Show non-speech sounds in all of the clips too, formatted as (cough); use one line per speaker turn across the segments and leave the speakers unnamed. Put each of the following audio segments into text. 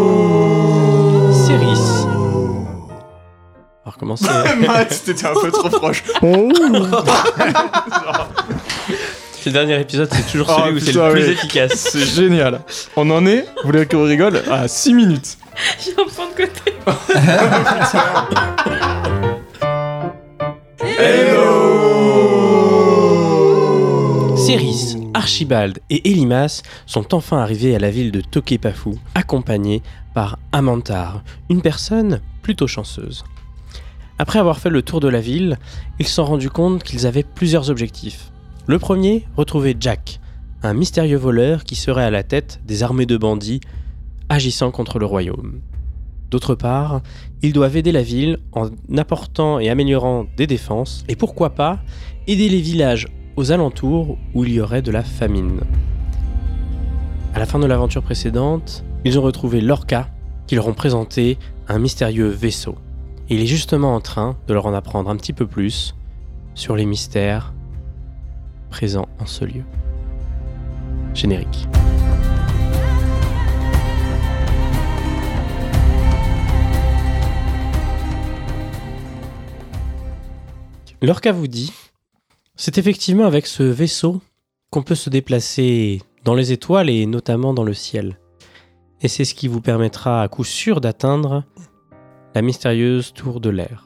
Hello
Céris. On va
(laughs)
recommencer.
Matt, t'étais un peu
(laughs)
trop proche.
Ce dernier épisode, c'est toujours
Oh,
celui où c'est
putain,
le plus
oui.
efficace.
(laughs) C'est génial. On en est, vous voulez qu'on rigole À 6 minutes.
(laughs) J'ai un point de côté.
Céris, Archibald et Elimas sont enfin arrivés à la ville de Tokepafu, accompagnés par Amantar, une personne plutôt chanceuse. Après avoir fait le tour de la ville, ils se sont rendus compte qu'ils avaient plusieurs objectifs. Le premier, retrouver Jack, un mystérieux voleur qui serait à la tête des armées de bandits agissant contre le royaume. D'autre part, ils doivent aider la ville en apportant et améliorant des défenses, et pourquoi pas aider les villages aux alentours où il y aurait de la famine. À la fin de l'aventure précédente, ils ont retrouvé Lorca, qui leur ont présenté un mystérieux vaisseau. Et il est justement en train de leur en apprendre un petit peu plus sur les mystères présents en ce lieu. Générique. Lorca vous dit c'est effectivement avec ce vaisseau qu'on peut se déplacer dans les étoiles et notamment dans le ciel. Et c'est ce qui vous permettra à coup sûr d'atteindre la mystérieuse tour de l'air.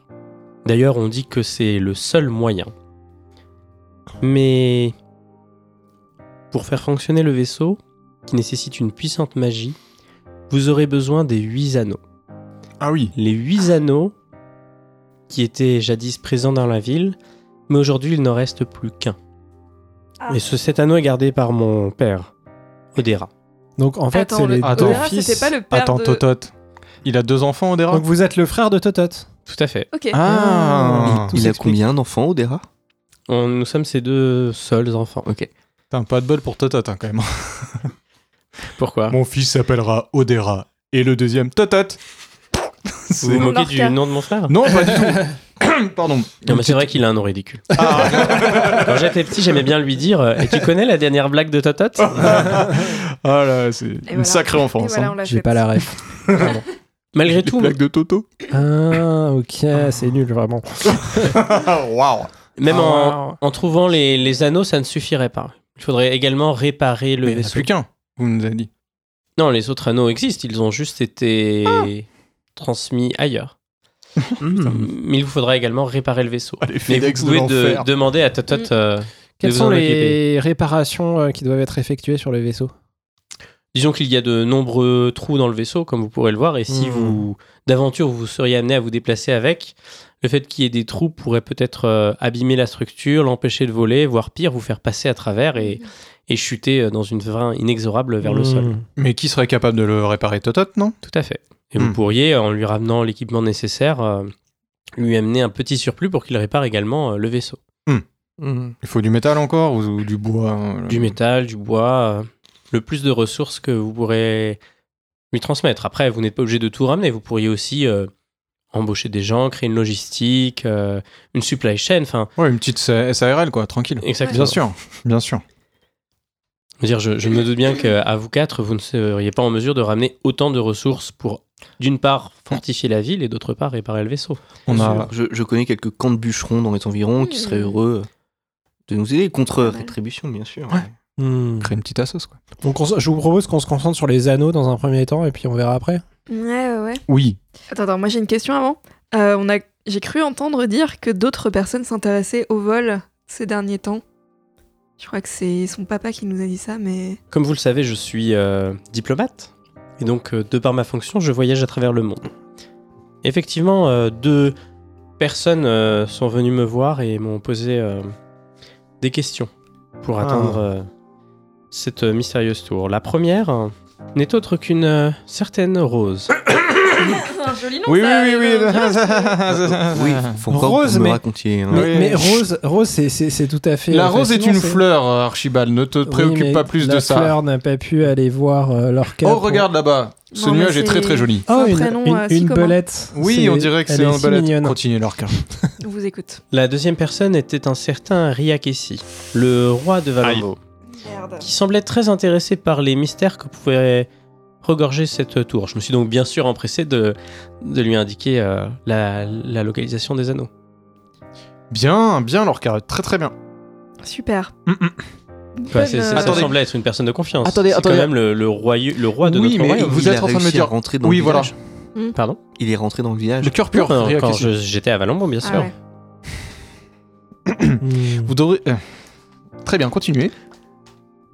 D'ailleurs, on dit que c'est le seul moyen. Mais pour faire fonctionner le vaisseau, qui nécessite une puissante magie, vous aurez besoin des huit anneaux
Ah oui.
les huit anneaux qui étaient jadis présents dans la ville, mais aujourd'hui il n'en reste plus qu'un.
Ah.
Et ce, cet anneau est gardé par mon père, Odera.
Donc en fait,
Attends,
c'est
le-
les
Attends.
deux
Odera,
fils.
c'était pas le père
Attends,
de-
Totot. Il a deux enfants, Odera
Ah. Donc vous êtes le frère de Totot.
Tout à fait.
Ok.
Hein Ah
Tout
Il a
s'explique.
combien d'enfants, Odera
On- nous sommes ces deux seuls enfants.
Ok.
Putain, pas de bol pour Totot hein, quand même.
Pourquoi
(laughs)
(laughs)
Mon fils s'appellera Odera. Et le deuxième, Totot.
Vous vous
C'est-
moquez du
Lorca.
nom de mon frère
Non, pas du
(laughs)
tout. (coughs) Pardon.
Non, mais c'est vrai qu'il a un nom ridicule.
Ah.
(laughs) Quand j'étais petit, j'aimais bien lui dire euh, Et tu connais la dernière blague de Totot
(laughs) Ah là, c'est une
voilà.
sacrée
Et
enfance.
voilà,
hein.
on l'a
J'ai
fait.
pas la ref.
Malgré
Les
tout,
plaques de
(laughs)
Toto.
Ah, ok, c'est nul, vraiment.
Waouh.
même en,
Ah,
en trouvant les, les anneaux, ça ne suffirait pas. Il faudrait également réparer le
Mais il n'y en a
vaisseau.
plus qu'un, vous nous avez dit.
Non, les autres anneaux existent, ils ont juste été transmis
(laughs)
ailleurs. Mais il vous faudra également réparer le vaisseau.
Ah, les
Mais vous
FedEx de
pouvez de-
l'enfer.
demander à Totot.
Mm.
euh,
Quelles
de vous
sont
en occuper.
les réparations euh, qui doivent être effectuées sur le vaisseau
Disons qu'il y a de nombreux trous dans le vaisseau, comme vous pourrez le voir, et si
Mm.
vous d'aventure vous seriez amené à vous déplacer avec, le fait qu'il y ait des trous pourrait peut-être euh, abîmer la structure, l'empêcher de voler, voire pire, vous faire passer à travers et, et chuter euh, dans une fin inexorable vers le
Hmm.
sol.
Mais qui serait capable de le réparer, Totot, non
Tout à fait. Et
Hmm.
vous pourriez, en lui ramenant l'équipement nécessaire, euh, lui amener un petit surplus pour qu'il répare également euh, le vaisseau.
Hmm.
Il faut du métal encore ou, ou du bois hein,
Du métal, du bois, euh, le plus de ressources que vous pourrez lui transmettre. Après, vous n'êtes pas obligé de tout ramener. Vous pourriez aussi euh, embaucher des gens, créer une logistique, euh, une supply chain, enfin,
Ouais, une petite S- SARL, quoi, tranquille.
exactement.
Bien sûr, bien sûr.
Je veux Dire, je, je me doute bien qu'à vous quatre, vous ne seriez pas en mesure de ramener autant de ressources pour, d'une part, fortifier la ville et d'autre part, réparer le vaisseau.
On a...
Je, je connais quelques camps de bûcherons dans les environs qui
Mmh.
seraient heureux de nous aider contre
Pas mal.
rétribution, bien sûr.
Ouais.
Hmm.
Créer une petite assos, quoi.
Donc on s- je vous propose qu'on se concentre sur les anneaux dans un premier temps et puis on verra après.
Ouais, ouais, ouais.
Oui.
Attends, attends, moi j'ai une question avant. Euh, on a... J'ai cru entendre dire que d'autres personnes s'intéressaient au vol ces derniers temps. Je crois que c'est son papa qui nous a dit ça, (coughs) mais.
Comme vous le savez, je suis euh, diplomate. Et donc, euh, de par ma fonction, je voyage à travers le monde. Effectivement, euh, deux personnes euh, sont venues me voir et m'ont posé euh, des questions pour
Ah.
atteindre euh, cette euh, mystérieuse tour. La première euh, n'est autre qu'une euh, certaine
(coughs)
Rose.
un joli nom,
Oui, oui, oui, oui. (laughs) oui.
Ah,
oui, faut encore que
Rose,
vous me
mais-
racontiez. hein.
Mais,
Ouais.
mais Rose, Rose c'est- c'est c'est tout à fait.
La rose est
fascinant,
une
c'est-
fleur, Archibald. Ne te
Oui,
préoccupe
mais
pas plus
la
de ça.
fleur n'a pas pu aller voir euh, leur
Oh, regarde là-bas. Ce
Non, mais
nuage est...
c'est-
très très joli.
C'est
Oh,
un
une,
prénom,
une-
euh, si
une
commun.
belette.
Oui, on dirait que c'est
elle
un
est si
balade.
mignonne.
Continuez, Lorca.
On vous écoute.
La deuxième personne était un certain Riakessi, le roi de Valinvo,
Merde.
qui semblait très intéressé par les mystères que pouvait regorger cette tour. Je me suis donc bien sûr empressé de, de lui indiquer euh, la, la localisation des anneaux.
Bien, bien, Lorca, très très bien.
Super. euh,
Hum, hum.
Enfin, c'est- c'est- ça
Attendez.
semblait être une personne de confiance.
Attendez,
c'est
attendez.
quand même le, le roi, le roi Ah, de
Oui,
notre
mais
royaume.
vous
Il
êtes en
a
train de me
réussi à
dire-
rentrer dans
Oui,
le
voilà.
village.
Pardon
Il est rentré dans le village.
Le cœur pur.
Non,
Ré-
Quand
question.
je- j'étais à Valombo, bien sûr.
Ah ouais.
Vous devrez. euh, (laughs) Très bien, continuez.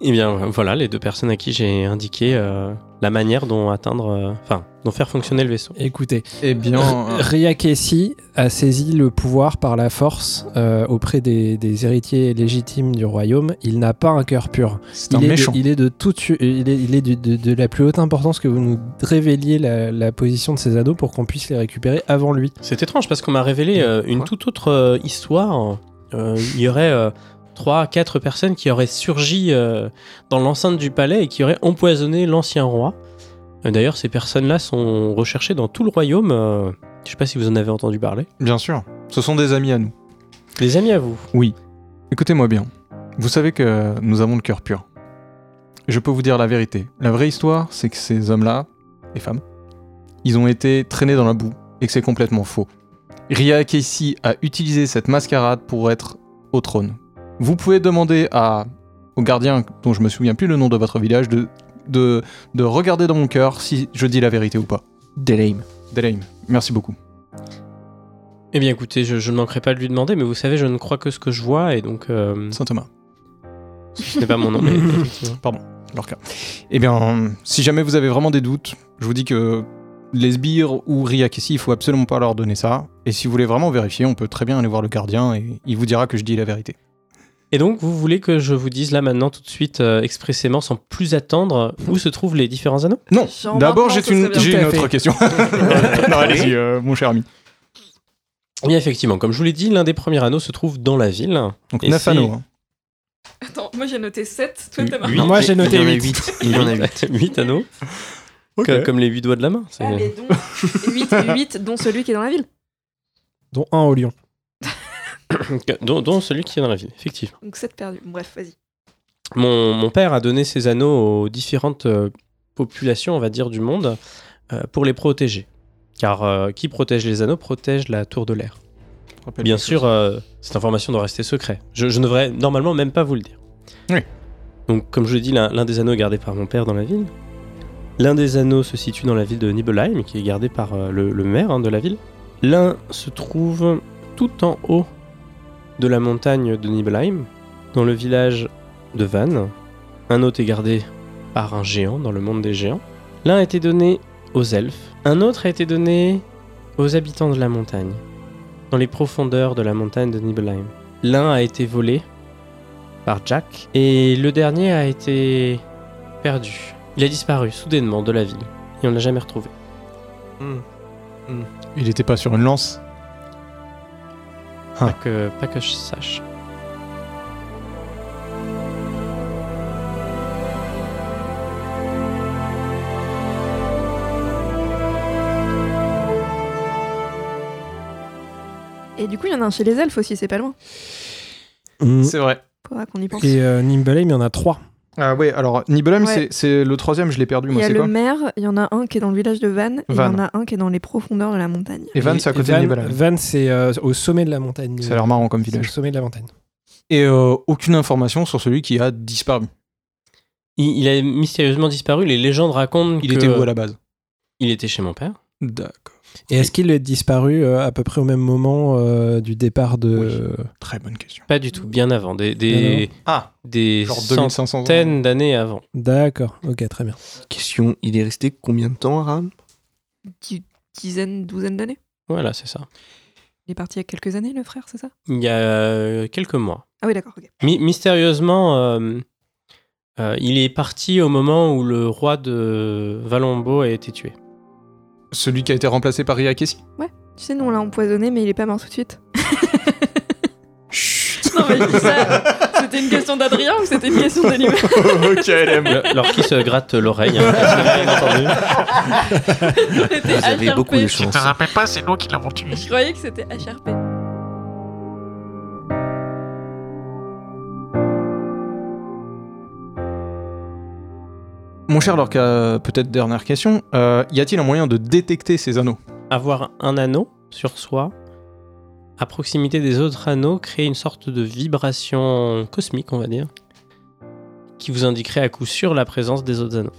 Eh bien, voilà les deux personnes à qui j'ai indiqué euh, la manière dont atteindre, euh, enfin, dont faire fonctionner le vaisseau.
Écoutez,
Eh
(laughs)
bien.
Ria Kessi a saisi le pouvoir par la force euh, auprès des, des héritiers légitimes du royaume. Il n'a pas un cœur pur.
C'est un
Il est,
méchant.
de, il est de toute- euh, il est, il est du- de, de la plus haute importance que vous nous révéliez la, la position de ces anneaux pour qu'on puisse les récupérer avant lui.
C'est étrange parce qu'on m'a révélé euh, une
Quoi
toute autre euh, histoire. Euh, Il y aurait euh, trois, quatre personnes qui auraient surgi euh, dans l'enceinte du palais et qui auraient empoisonné l'ancien roi. Euh, D'ailleurs, ces personnes-là sont recherchées dans tout le royaume. euh, je sais pas si vous en avez entendu parler.
Bien sûr. Ce sont des amis à nous.
Les amis à vous.
Écoutez-moi bien. Vous savez que nous avons le cœur pur. Je peux vous dire la vérité. La vraie histoire, c'est que ces hommes-là, et femmes, ils ont été traînés dans la boue et que c'est complètement faux. Ria Casey a utilisé cette mascarade pour être au trône. Vous pouvez demander à, au gardien, dont je me souviens plus le nom de votre village, de, de, de regarder dans mon cœur si je dis la vérité ou pas.
Delame.
Delaim, merci beaucoup.
Eh bien, écoutez, je, je ne manquerai pas de lui demander, mais vous savez, je ne crois que ce que je vois et donc euh,
Saint Thomas.
ce n'est pas mon nom. mais effectivement.
Lorca. Eh bien, si jamais vous avez vraiment des doutes, je vous dis que les sbires ou Riakessi, il faut absolument pas leur donner ça. Et si vous voulez vraiment vérifier, on peut très bien aller voir le gardien et il vous dira que je dis la vérité.
Et donc, vous voulez que je vous dise là maintenant tout de suite, euh, expressément, sans plus attendre, où se trouvent les différents anneaux
Non,
Genre
d'abord
maintenant,
j'ai
ce
une,
serait bien.
j'ai une
Tout à
autre
fait. (laughs)
question. non, allez-y, euh, mon cher ami.
Eh bien, effectivement, comme je vous l'ai dit, l'un des premiers anneaux se trouve dans la ville.
Donc
Et
9
si-
anneaux. hein.
Attends, moi j'ai noté 7, toi t'as
Oui,
marqué.
oui.
Moi, j'ai
il y
noté
en a
8.
8. Il y en a 8.
(laughs) 8 anneaux, que- comme les 8 doigts de la main. c'est-
Allez Ah, (laughs) donc, 8, 8 dont celui qui est dans la ville.
Dont un au lion.
que- dont, dont celui qui est dans la ville, effectivement.
Donc 7 perdus. Bref, vas-y.
Mon, mon père a donné ses anneaux aux différentes euh, populations, on va dire, du monde, euh, pour les protéger. Car euh, qui protège les anneaux protège la tour de l'air. Bien sûr, euh, cette information doit rester secrète. Je, je ne devrais normalement même pas vous le dire.
Oui.
Donc, comme je l'ai dit, l'un l'un des anneaux est gardé par mon père dans la ville. L'un des anneaux se situe dans la ville de Nibelheim, qui est gardé par euh, le, le maire hein, de la ville. L'un se trouve tout en haut de la montagne de Nibelheim, dans le village de Vannes. Un autre est gardé par un géant dans le monde des géants. L'un a été donné aux elfes. Un autre a été donné aux habitants de la montagne dans les profondeurs de la montagne de Nibelheim. L'un a été volé par Jack et le dernier a été perdu. Il a disparu soudainement de la ville et on ne l'a jamais retrouvé.
Hmm. Il n'était pas sur une lance. Ah.
Pas que, pas que je sache.
Et du coup, il y en a un chez les elfes aussi, c'est pas loin.
Mm.
C'est vrai.
Faudra qu'on y pense.
Et euh, Nimbelheim, il y en a trois.
Ah ouais, alors Nibelheim,
Ouais.
c'est- c'est le troisième, je l'ai perdu,
Il y
moi,
a
c'est
le
quoi
maire, il y en a un qui est dans le village de Vannes, et il y en
Vannes.
a un qui est dans les profondeurs de la montagne.
Et Van, c'est à côté de
Van-
Nibelheim.
Van, c'est euh, au sommet de la montagne.
Ça a l'air marrant comme
C'est au
village.
sommet de la montagne.
Et euh, aucune information sur celui qui a disparu.
Il, il a mystérieusement disparu. Les légendes racontent
Il
que-
était où à la base
Il était chez mon père.
D'accord.
Et est-ce qu'il est disparu euh, à peu près au même moment euh, du départ de.
Très bonne question.
Pas du tout, bien avant. Des, des,
Ah,
des
genre 2500 ans.
centaines d'années avant.
D'accord, ok,
(laughs)
très bien.
Question, il est resté combien de temps, Aram
Di- Dizaine, douzaine d'années.
Voilà, c'est ça.
Il est parti il y a quelques années, le frère, c'est ça
Il y a euh, quelques mois.
Ah oui, d'accord, ok.
Mi- mystérieusement, euh, euh, il est parti au moment où le roi de Valombo a été tué.
Celui qui a été remplacé par Ria Kessi
Tu sais, nous on l'a empoisonné, mais il est pas mort tout de suite. non, mais je dis (laughs) ça, c'était une question d'Adrien ou c'était une question
(laughs)
d'Anima (laughs)
Ok, elle aime.
Le- Leur qui se gratte l'oreille. hein, parce que j'ai bien entendu.
C'était
Vous avez
HRP.
beaucoup de chance.
rappelle pas, c'est nous qui l'avons tué.
Je croyais que c'était HRP.
(laughs) Mon cher Lorca, peut-être dernière question. euh, y a-t-il un moyen de détecter ces anneaux
Avoir un anneau sur soi, à proximité des autres anneaux, crée une sorte de vibration cosmique, on va dire, qui vous indiquerait à coup sûr la présence des autres anneaux.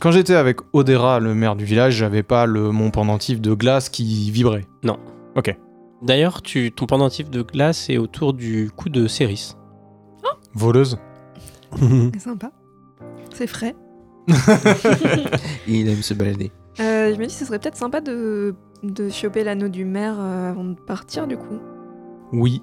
Quand j'étais avec Odera, le maire du village, j'avais pas le mont pendentif de glace qui vibrait.
D'ailleurs, tu, ton pendentif de glace est autour du cou de Céris.
Voleuse
C'est sympa. C'est frais.
Il aime se balader.
Euh, je me dis, ce serait peut-être sympa de, de choper l'anneau du maire euh, avant de partir, du coup.
Oui.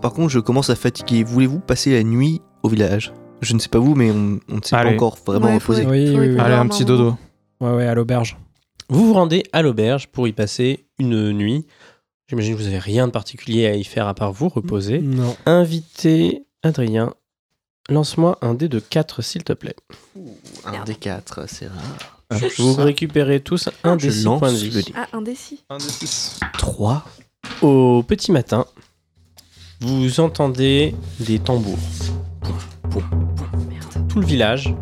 Par contre, je commence à fatiguer. Voulez-vous passer la nuit au village Je ne sais pas vous, mais on, on ne s'est pas
Allez.
encore vraiment
Ouais,
reposé.
faudrait-
Oui,
faudrait
oui, oui.
qu'on
Allez, un
dorme
petit
moment.
dodo.
Ouais, ouais, à l'auberge.
Vous vous rendez à l'auberge pour y passer une nuit. J'imagine que vous n'avez rien de particulier à y faire à part vous reposer.
Non.
Invité Adrien, lance-moi un dé de 4 s'il te plaît.
Un des quatre, c'est rare.
Ah, Vous récupérez tous un
Je
des 6
lance
points de vie.
le dé.
Ah, un décis.
Un des six.
3.
Au petit matin, vous entendez des tambours. Tout le village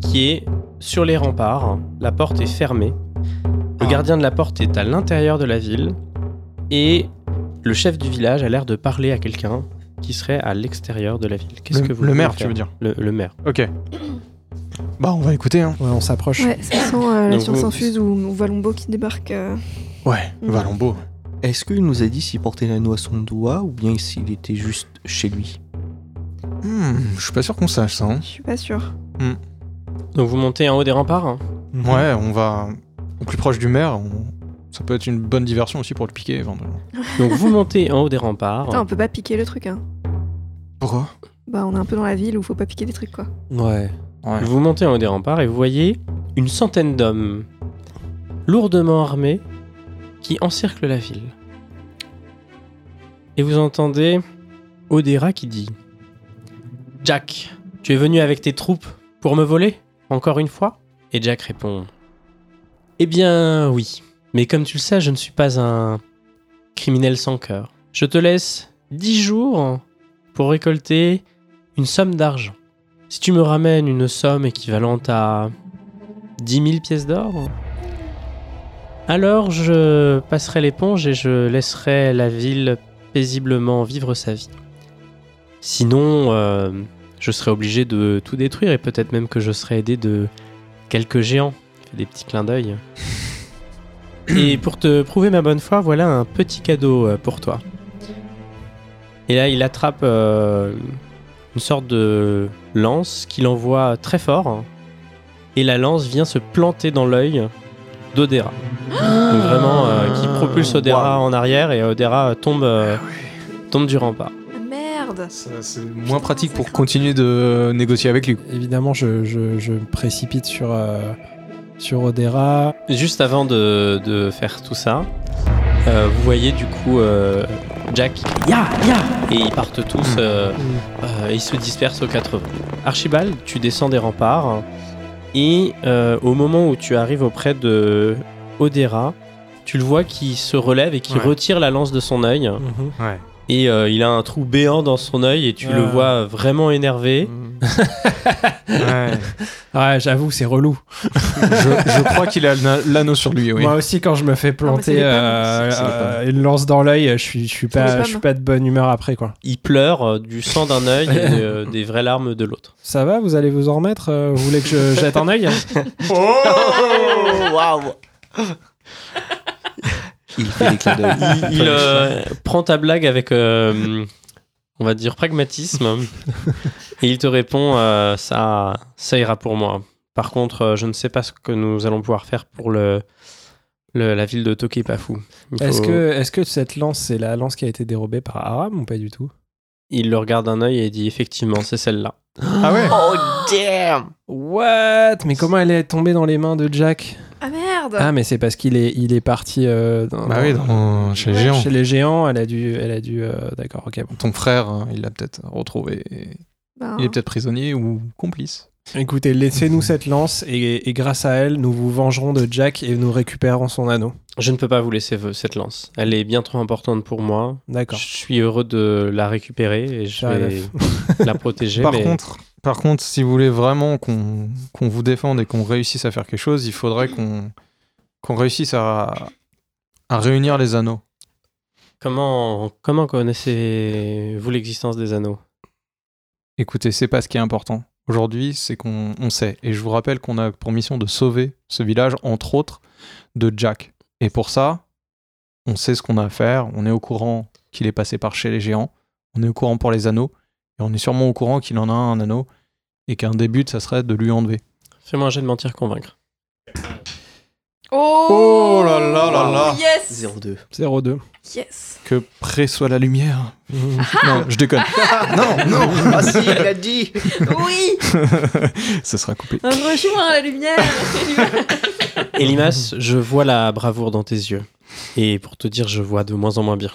qui est sur les remparts. La porte est fermée. Le
Ah.
gardien de la porte est à l'intérieur de la ville. Et le chef du village a l'air de parler à quelqu'un qui serait à l'extérieur de la ville. Qu'est-ce
Le-
que vous
le
voulez
maire,
faire
tu veux dire
le, le maire.
(coughs) Ok. Bah, on va écouter, hein.
Ouais, on s'approche.
Ouais, ça sent euh, la
Donc
science
vous-
infuse ou Valombo qui débarque. euh.
Ouais,
Mm.
Valambo.
Est-ce qu'il nous a dit s'il portait l'anneau à son doigt ou bien s'il était juste chez lui
Hmm, je suis pas sûr qu'on sache ça. hein.
Je suis pas sûre.
Donc vous montez en haut des remparts. hein.
Mhm.
Ouais, on va au plus proche du maire. on- Ça peut être une bonne diversion aussi pour le piquer, éventuellement.
Donc vous montez en haut des remparts.
Attends, on peut pas piquer le truc, hein.
Pourquoi
Bah, on est un peu dans la ville où faut pas piquer des trucs, quoi.
Ouais.
Ouais.
Vous montez en haut des remparts et vous voyez une centaine d'hommes lourdement armés qui encerclent la ville. Et vous entendez Odera qui dit Jack, tu es venu avec tes troupes pour me voler Encore une fois Et Jack répond Eh bien oui, mais comme tu le sais, je ne suis pas un criminel sans cœur. Je te laisse dix jours pour récolter une somme d'argent. Si tu me ramènes une somme équivalente à 10 000 pièces d'or, alors je passerai l'éponge et je laisserai la ville paisiblement vivre sa vie. Sinon, euh, je serai obligé de tout détruire et peut-être même que je serai aidé de quelques géants. Il fait des petits clins d'œil. Et pour te prouver ma bonne foi, voilà un petit cadeau euh, pour toi. Et là, il attrape euh, une sorte de lance qu'il envoie très fort. Et la lance vient se planter dans l'œil d'Odera. Donc vraiment, euh, qui propulse Odera en arrière et Odera euh, tombe, euh, tombe du rempart.
Ah, Merde
Ça, C'est moins pratique pour continuer de négocier avec lui.
Évidemment, je, je- je me précipite sur, euh, sur Odera.
Juste avant de, de faire tout ça, euh, vous voyez du coup euh, Jack qui crie, Ya Ya Et ils partent tous, euh, euh, ils se dispersent aux quatre vents. Archibald, tu descends des remparts hein, et euh, au moment où tu arrives auprès de Odera, tu le vois qui se relève et qui
Ouais.
retire la lance de son œil
Mhm.
Ouais.
et euh, il a un trou béant dans son œil et tu le
Ah.
vois vraiment énervé.
ouais.
Ouais, j'avoue, c'est relou.
je, je crois qu'il a l'an- l'anneau sur lui, oui.
Moi aussi, quand je me fais
Ah,
planter
les pommes.
euh,
C'est- c'est les
euh, une lance dans l'œil, je suis, je suis
les
pas,
pommes.
je suis pas de bonne humeur après, quoi.
Il pleure euh, du sang d'un œil et euh, des vraies larmes de l'autre.
Ça va, vous allez vous en remettre euh, Vous voulez que (laughs) je jette un œil hein
Oh (laughs) Waouh Il fait des clins d'œil.
il euh, prend ta blague avec, euh, on va dire, pragmatisme. et il te répond euh, ça, ça ira pour moi. Par contre, euh, je ne sais pas ce que nous allons pouvoir faire pour le, le- la ville de Tokipafu. Il
Est-ce
faut-
que, est que cette lance, c'est la lance qui a été dérobée par Aram ou pas du tout
Il le regarde d'un œil et dit effectivement, c'est celle-là.
Ah ouais
Oh damn
What Mais comment elle est tombée dans les mains de Jack
Ah merde
Ah, mais c'est parce qu'il est, il est parti euh, dans-
Bah oui, dans- chez les
Ouais.
géants.
chez les géants. Elle a dû. Elle a dû euh, D'accord, ok. Bon.
Ton frère, euh, il l'a peut-être retrouvé. et-
Ben,
Il est peut-être prisonnier ou complice.
Écoutez, laissez-nous cette lance et, et grâce à elle, nous vous vengerons de Jack et nous récupérons son anneau.
Je ne peux pas vous laisser v- cette lance. Elle est bien trop importante pour moi. Je
D'accord.
suis heureux de la récupérer et je
Fair
vais la protéger.
Par
mais
contre, Par contre, si vous voulez vraiment qu'on qu'on vous défende et qu'on réussisse à faire quelque chose, il faudrait qu'on qu'on réussisse à, à réunir les anneaux.
Comment, comment connaissez-vous l'existence des anneaux
Écoutez, c'est pas ce qui est important. Aujourd'hui, c'est qu'on on sait. Et je vous rappelle qu'on a pour mission de sauver ce village, entre autres, de Jack. Et pour ça, on sait ce qu'on a à faire. On est au courant qu'il est passé par chez les géants. On est au courant pour les anneaux. Et on est sûrement au courant qu'il en a un, un anneau. Et qu'un début, ça serait de lui enlever.
Fais-moi un jet de mentir convaincre.
Oh,
Oh là là là là.
Yes
0-2.
0-2.
Yes
Que près soit la lumière. (laughs) non, je déconne.
non, non (laughs) Ah si, elle a dit
(laughs) Oui
ça sera coupé.
Rejoins la (laughs) lumière
Elimas, je vois la bravoure dans tes yeux. Et pour te dire, je vois de moins en moins bien.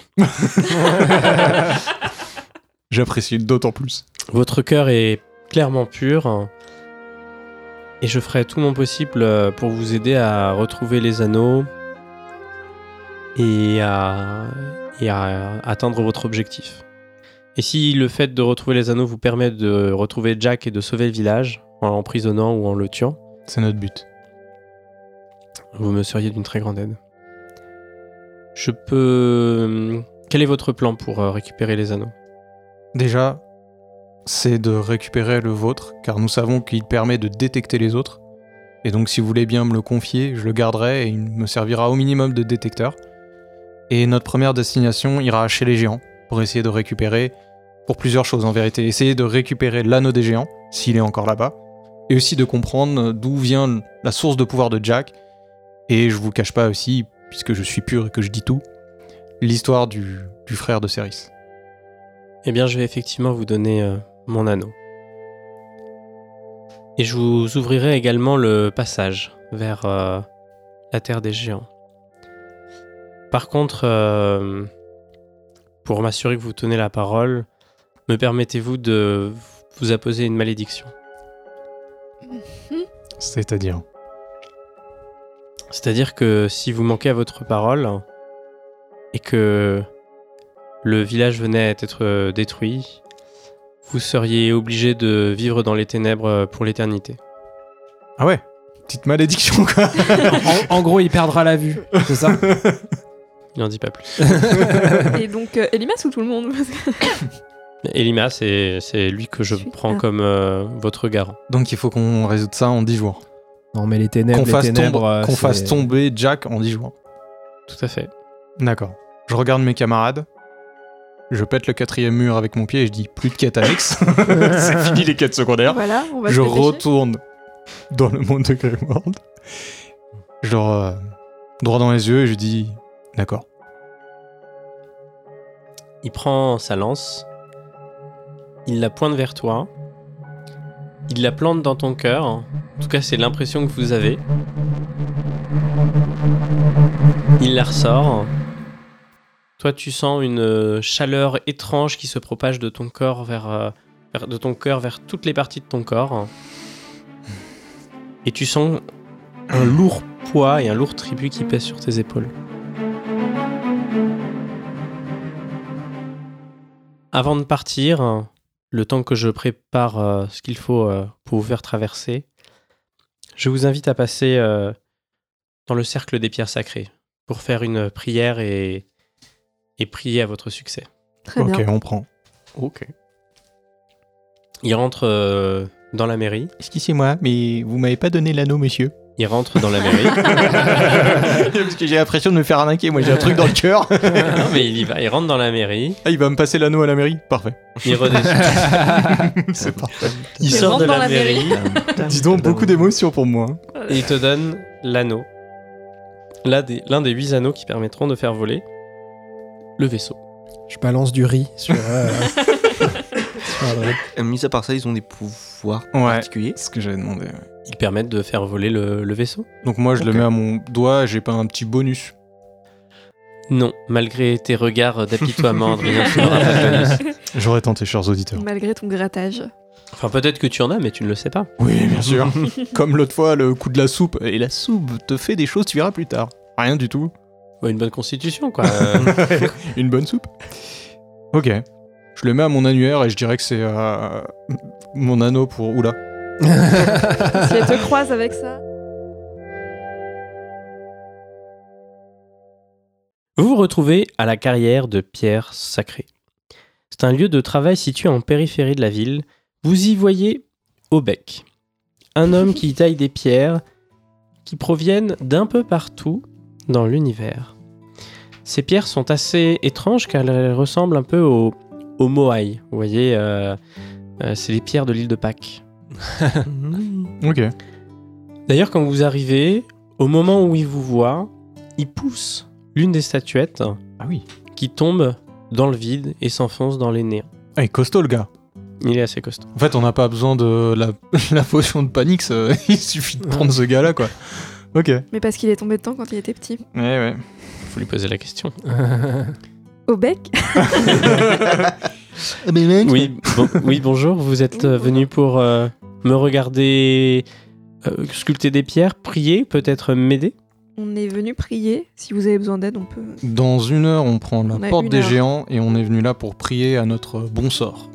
J'apprécie d'autant plus.
Votre cœur est clairement pur. hein, Et je ferai tout mon possible euh, pour vous aider à retrouver les anneaux et à, et à atteindre votre objectif. Et si le fait de retrouver les anneaux vous permet de retrouver Jack et de sauver le village en l'emprisonnant ou en le tuant,
C'est notre but.
vous me seriez d'une très grande aide. Je peux... Quel est votre plan pour euh, récupérer les anneaux
Déjà, c'est de récupérer le vôtre, car nous savons qu'il permet de détecter les autres. Et donc, si vous voulez bien me le confier, je le garderai et il me servira au minimum de détecteur. Et notre première destination ira chez les géants, pour essayer de récupérer, pour plusieurs choses en vérité, essayer de récupérer l'anneau des géants, s'il est encore là-bas, et aussi de comprendre d'où vient la source de pouvoir de Jack. Et je vous cache pas aussi, puisque je suis pur et que je dis tout, l'histoire du, du frère de Ceris.
Eh bien, je vais effectivement vous donner euh, mon anneau. Et je vous ouvrirai également le passage vers euh, la terre des géants. Par contre, euh, pour m'assurer que vous tenez la parole, me permettez-vous de vous apposer une malédiction
C'est-à-dire
C'est-à-dire que si vous manquez à votre parole et que le village venait à être euh, détruit, vous seriez obligé de vivre dans les ténèbres euh, pour l'éternité.
Ah ouais Petite malédiction quoi
En, en gros, il perdra la vue, c'est ça
Il n'en dit pas plus.
Et donc, euh, Elimas ou tout le monde Parce que-
Elima, c'est c'est lui que je
Celui-
prends
ah.
comme euh, votre garant.
Donc il faut qu'on résoute ça en 10 jours.
(laughs) Non, mais les ténèbres.
Qu'on
les
fasse,
ténèbres,
tomber-
euh,
qu'on
c'est-
fasse tomber Jack en 10 jours.
Tout à fait.
D'accord. Je regarde mes camarades. Je pète le quatrième mur avec mon pied et je dis plus de quêtes (laughs) annexes. C'est fini les quêtes secondaires.
Voilà, on va
Je
se dépêcher.
retourne dans le monde de Greyworld. Je leur euh, droit dans les yeux et je dis d'accord.
Il prend sa lance, il la pointe vers toi, il la plante dans ton cœur. En tout cas, c'est l'impression que vous avez. Il la ressort. Toi, tu sens une euh, chaleur étrange qui se propage de ton corps vers, euh, vers- de ton cœur vers toutes les parties de ton corps. Et tu sens un lourd poids et un lourd tribut qui pèse sur tes épaules. Avant de partir, le temps que je prépare euh, ce qu'il faut euh, pour vous faire traverser, je vous invite à passer euh, dans le cercle des pierres sacrées pour faire une prière et, et prier à votre succès.
Très
ok,
bien.
on prend.
Ok. Il rentre euh, dans la mairie.
Excusez-moi, mais vous m'avez pas donné l'anneau, monsieur.
Il rentre dans la (laughs) mairie.
Parce que j'ai l'impression de me faire arnaquer. Moi, j'ai un truc dans le cœur.
non, mais il y va. Il rentre dans la mairie.
(laughs) Ah, il va me passer l'anneau à la mairie Parfait.
Il redescend.
C'est parfait.
(laughs) Il
Il
sort
rentre
de
dans
la,
la
mairie.
mairie.
Dis donc, beaucoup d'émotions pour moi.
Et il te donne l'anneau. L'un des, l'un des huit anneaux qui permettront de faire voler le vaisseau.
Je balance du riz sur. euh,
(laughs)
sur Adrien.
Euh, Mis à part ça, ils ont des pouvoirs
(laughs)
Ouais,
particuliers.
ce que j'avais demandé.
Ils permettent de faire voler le, le vaisseau
Donc moi, je le
Ok.
mets à mon doigt, j'ai pas un petit bonus.
Non, malgré tes regards d'apitoiement, (laughs) Adrien, tu n'auras pas de bonus.
J'aurais tenté, chers auditeurs.
Malgré ton grattage.
Enfin, peut-être que tu en as, mais tu ne le sais pas.
Oui, bien (laughs) sûr. Comme l'autre fois, le coup de la soupe. Et la soupe te fait des choses, tu verras plus tard. Rien du tout.
Ouais, une bonne constitution, quoi. Euh,
Une bonne soupe. Ok. Je le mets à mon annuaire et je dirais que c'est euh, mon anneau pour Oula.
Si elle te croise avec ça.
Vous vous retrouvez à la carrière de Pierre Sacré. C'est un lieu de travail situé en périphérie de la ville. Vous y voyez Aubec, un homme qui taille des pierres qui proviennent d'un peu partout dans l'univers. Ces pierres sont assez étranges car elles ressemblent un peu au, au Moai. Vous voyez, euh, euh, c'est les pierres de l'île de Pâques.
Mhm.
Ok.
D'ailleurs, quand vous arrivez, au moment où il vous voit, il pousse l'une des statuettes
Ah oui.
qui tombe dans le vide et s'enfonce dans les néants.
Ah, il est costaud le gars.
Il est assez costaud.
En fait, on n'a pas besoin de la, (laughs) la potion de panique, ça- (laughs) il suffit de prendre ce gars-là, quoi. Ok. Ouais,
Mais parce qu'il est tombé dedans quand il était petit.
ouais.
Faut lui poser la question.
Au bec
(laughs)
Eh ben,
Oui, bon- oui bonjour. Vous êtes euh, venu pour euh, me regarder euh, sculpter des pierres, prier, peut-être m'aider.
On est venu prier. Si vous avez besoin d'aide, on peut.
Dans une heure, on prend la
On a
porte
une
des
heure.
géants et on est venu là pour prier à notre bon sort.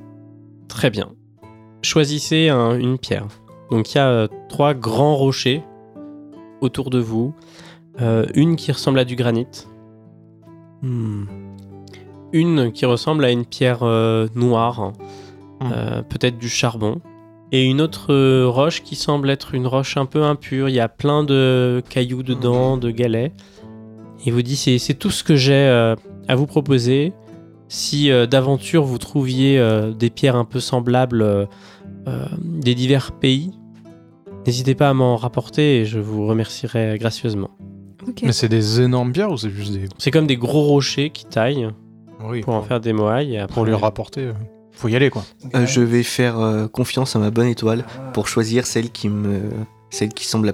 Très bien. Choisissez un- une pierre. Donc il y a euh, trois grands rochers autour de vous. Euh, une qui ressemble à du granit. une qui ressemble à une pierre euh, noire,
Hmm.
euh, peut-être du charbon, et une autre euh, roche qui semble être une roche un peu impure. Il y a plein de cailloux dedans, de galets. Il vous dit c'est c'est tout ce que j'ai euh, à vous proposer. Si euh, d'aventure vous trouviez euh, des pierres un peu semblables euh, euh, des divers pays, n'hésitez pas à m'en rapporter et je vous remercierai gracieusement.
Ok.
Mais c'est des énormes bières ou c'est juste des.
C'est comme des gros rochers qui taillent
Oui.
pour en faire des moailles. et
Pour
après-
lui rapporter. euh, Faut y aller, quoi.
Euh, je vais faire euh, confiance à ma bonne étoile pour choisir celle qui me, celle qui semble la,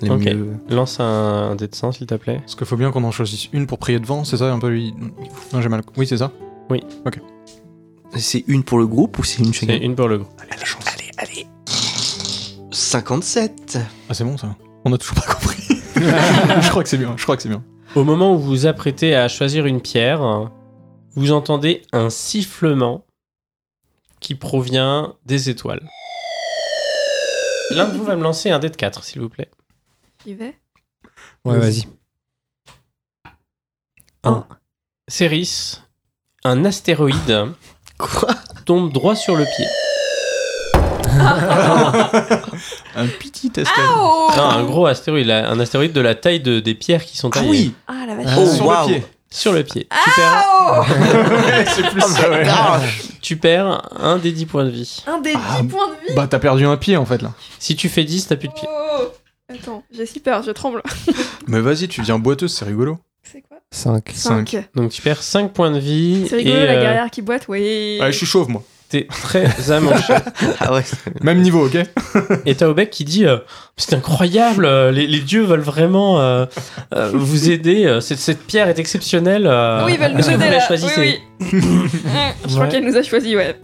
la
Ok.
mieux.
Lance un, un dé de sang, s'il te plaît.
Parce qu'il faut bien qu'on en choisisse une pour prier devant, c'est ça un peu lui. Non, j'ai mal. Oui, c'est ça.
C'est une pour le groupe ou c'est une
C'est
chacun
une pour le groupe.
Allez, allez, allez. 57.
Ah, c'est bon, ça. On a toujours pas (laughs) compris. je crois que c'est bien, je crois que c'est bien.
Au moment où vous vous apprêtez à choisir une pierre, vous entendez un sifflement qui provient des étoiles. L'un de vous va me lancer un dé de 4, s'il vous plaît.
J'y vais.
(laughs) Ouais, vas-y.
Un. Céris, un
(laughs)
astéroïde
Quoi
tombe droit sur le pied.
Un petit test.
Oh
Non, un gros astéroïde, là, un astéroïde de la taille de- des pierres qui sont
Ah
taillées
oui.
Ah la
Oh,
vache.
sur
waouh.
le pied.
sur le pied.
Ah
Tu perds,
c'est plus ça, (laughs) Ah ouais.
tu perds un des 10 points de vie.
Un des 10
Ah,
points de vie
Bah, t'as perdu un pied en fait là.
Si tu fais 10, t'as plus de pied.
Oh. Attends, j'ai si peur, je tremble.
Mais vas-y, tu viens boiteuse, c'est rigolo.
C'est quoi
5.
Cinq.
5.
Donc tu perds 5 points de vie.
C'est rigolo
et,
la
euh,
guerrière qui boite, oui.
Ouais, Ah, je suis chauve moi.
T'es très amanché.
(laughs) Ah ouais.
Même niveau, ok
Et t'as Obek qui dit euh, C'est incroyable, euh, les, les dieux veulent vraiment euh, euh, vous aider. euh, Cette, cette pierre est exceptionnelle. euh,
oui, ils veulent nous
est-ce que vous la
aider là. Oui,
choisissez
oui. Hum, je crois
Ouais.
qu'elle nous a choisi, ouais.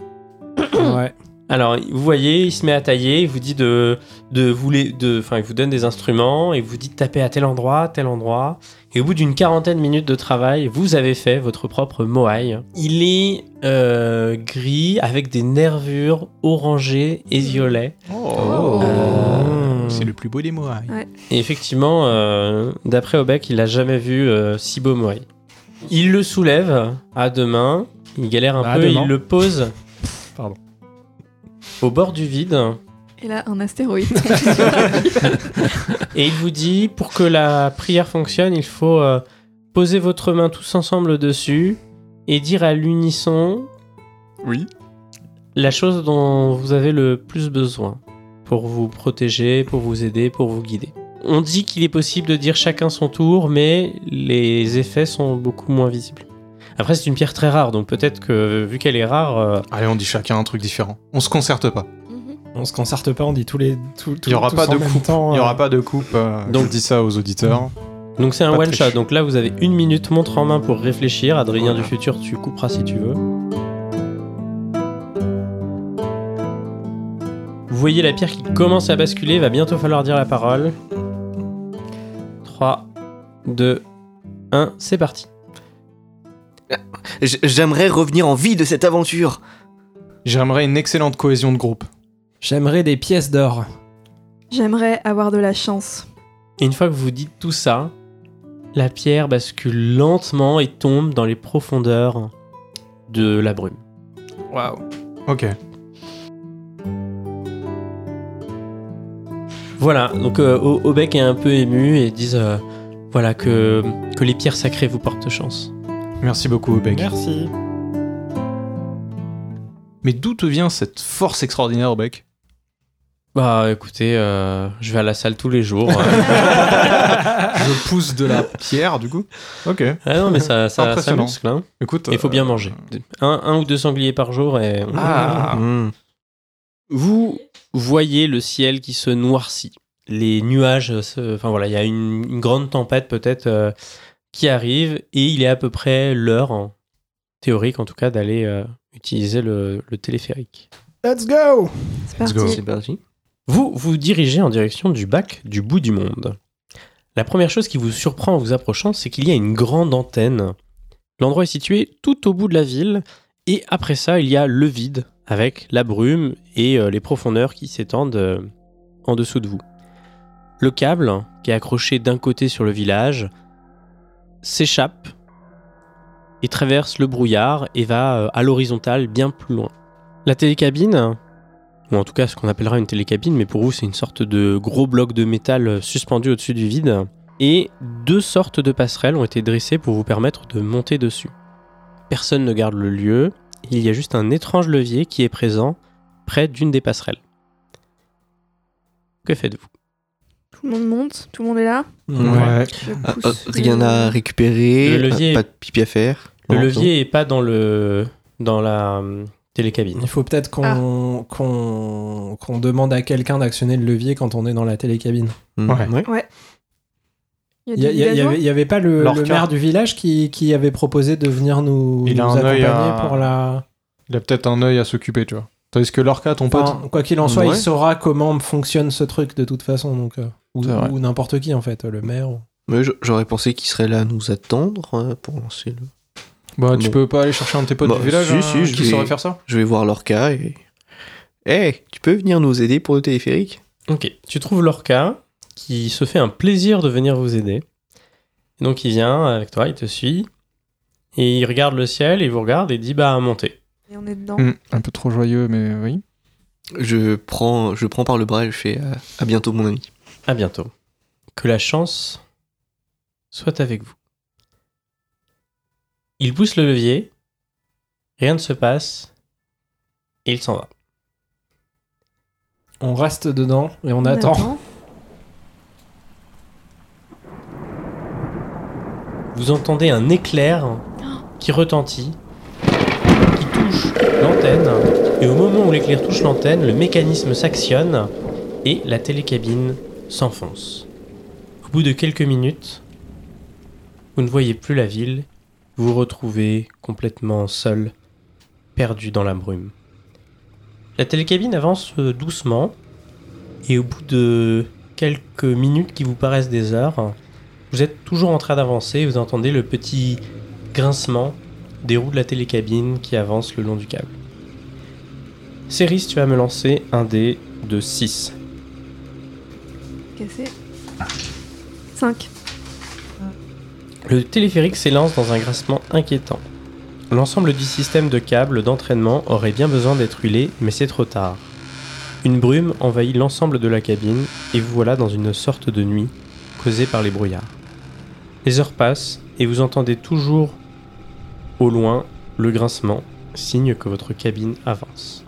Ouais.
Alors, vous voyez, il se met à tailler, il vous dit de, de vous les, de, enfin, il vous donne des instruments, il vous dit de taper à tel endroit, tel endroit. Et au bout d'une quarantaine de minutes de travail, vous avez fait votre propre Moai. Il est euh, gris avec des nervures orangées et violets.
Oh.
Euh,
C'est le plus beau des mois.
Et effectivement, euh, d'après Obeck, il n'a jamais vu euh, si beau Moai. Il le soulève à deux mains, il galère un
Bah, À
peu,
deux mains.
il le pose
Pardon.
au bord du vide.
Et là, un astéroïde.
Et il vous dit, pour que la prière fonctionne, il faut euh, poser votre main tous ensemble dessus et dire à l'unisson
Oui.
la chose dont vous avez le plus besoin pour vous protéger, pour vous aider, pour vous guider. On dit qu'il est possible de dire chacun son tour, mais les effets sont beaucoup moins visibles. Après, c'est une pierre très rare, donc peut-être que vu qu'elle est rare, euh,
Allez, on dit chacun un truc différent. On se concerte pas.
Mhm.
On se concerte pas, on dit tous les. Tout,
Il y aura pas de coupe. Il
temps.
y aura pas de coupe. euh,
Donc-
je dis ça aux auditeurs.
donc c'est un
Pas de
one shot.
triche.
Donc là, vous avez une minute montre en main pour réfléchir. Adrien du futur, tu couperas si tu veux. Vous voyez la pierre qui commence à basculer, va bientôt falloir dire la parole. 3, 2, 1, c'est parti.
J- J'aimerais revenir en vie de cette aventure.
J'aimerais une excellente cohésion de groupe.
euh, J'aimerais des pièces d'or.
J'aimerais avoir de la chance.
Et une fois que vous dites tout ça, la pierre bascule lentement et tombe dans les profondeurs de la brume.
Waouh. Ok.
Voilà, donc euh, O- Obek est un peu ému et disent euh, voilà que, que les pierres sacrées vous portent chance.
Merci beaucoup, Beck.
Merci.
Mais d'où te vient cette force extraordinaire, Beck
Bah écoutez, euh, je vais à la salle tous les jours. euh.
(laughs) Je pousse de la pierre, du coup. Ok.
ah non mais ça, ça, ça
Impressionnant. Euh,
muscle. hein.
Écoute.
Il faut bien manger. Un, un ou deux sangliers par jour et...
Ah.
Hmm.
Vous voyez le ciel qui se noircit. Les nuages, euh, se- enfin voilà, il y a une, une grande tempête peut-être euh, qui arrive et il est à peu près l'heure, en théorique en tout cas, d'aller euh, utiliser le, le téléphérique.
Let's go
C'est
Let's go.
parti.
C'est parti.
Vous vous dirigez en direction du bac du bout du monde. La première chose qui vous surprend en vous approchant, c'est qu'il y a une grande antenne. L'endroit est situé tout au bout de la ville, et après ça, il y a le vide, avec la brume et euh, les profondeurs qui s'étendent euh, en dessous de vous. Le câble, qui est accroché d'un côté sur le village, s'échappe et traverse le brouillard et va euh, à l'horizontale bien plus loin. La télécabine, ou en tout cas ce qu'on appellera une télécabine, mais pour vous c'est une sorte de gros bloc de métal euh, suspendu au-dessus du vide. Et deux sortes de passerelles ont été dressées pour vous permettre de monter dessus. Personne ne garde le lieu, il y a juste un étrange levier qui est présent près d'une des passerelles. Que faites-vous
Tout le monde monte, tout le monde est là.
Ouais.
Je
Ah,
pousse
ah, rien à
les-
récupérer.
Le levier.
euh, Pas de pipi à faire.
Le
Non,
levier est pas dans le dans la hum, télécabine.
Il faut peut-être qu'on qu'on qu'on demande à quelqu'un d'actionner le levier quand on est dans la télécabine.
c'est bon.
Ouais.
Hmm.
Il
Il y, a- il y a- il y avait- il y avait pas le,
Lorca.
le maire du village qui, qui avait proposé de venir nous,
Il a
nous
un œil
accompagner
à-
pour la.
Il a peut-être un œil à s'occuper, tu vois. Tandis que Lorca, ton pote.
Enfin, quoi qu'il en soit,
Ouais.
il saura comment fonctionne ce truc de toute façon. Donc, euh, ou
C'est vrai.
ou n'importe qui en fait, euh, le maire. ou-
Mais je- j'aurais pensé qu'il serait là à nous attendre euh, pour lancer le.
Bah, tu
Bon.
peux pas aller chercher un de tes potes
Bah,
du village
si,
hein,
si, je
qui
vais-
saurait faire ça
Je vais voir Lorca et. Eh, tu peux venir nous aider pour le téléphérique
Ok, tu trouves Lorca qui se fait un plaisir de venir vous aider. Et donc il vient avec toi, il te suit et il regarde le ciel, il vous regarde et dit bah montez.
Et on est dedans.
Hmm, Un peu trop joyeux, mais oui.
Je prends, je prends par le bras et je fais euh, à bientôt, mon ami.
À bientôt. Que la chance soit avec vous. Il pousse le levier, rien ne se passe et il s'en va.
On reste dedans et on,
On
attend.
Vous entendez un éclair qui retentit, qui touche l'antenne, et au moment où l'éclair touche l'antenne, le mécanisme s'actionne et la télécabine s'enfonce. Au bout de quelques minutes, vous ne voyez plus la ville, vous vous retrouvez complètement seul, perdu dans la brume. La télécabine avance euh, doucement, et au bout de quelques minutes qui vous paraissent des heures, vous êtes toujours en train d'avancer, vous entendez le petit grincement des roues de la télécabine qui avancent le long du câble. Céris, tu vas me lancer un dé de 6.
Cassé. 5.
Le téléphérique s'élance dans un grincement inquiétant. L'ensemble du système de câbles d'entraînement aurait bien besoin d'être huilé, mais c'est trop tard. Une brume envahit l'ensemble de la cabine et vous voilà dans une sorte de nuit causée par les brouillards. Les heures passent et vous entendez toujours au loin le grincement, signe que votre cabine avance.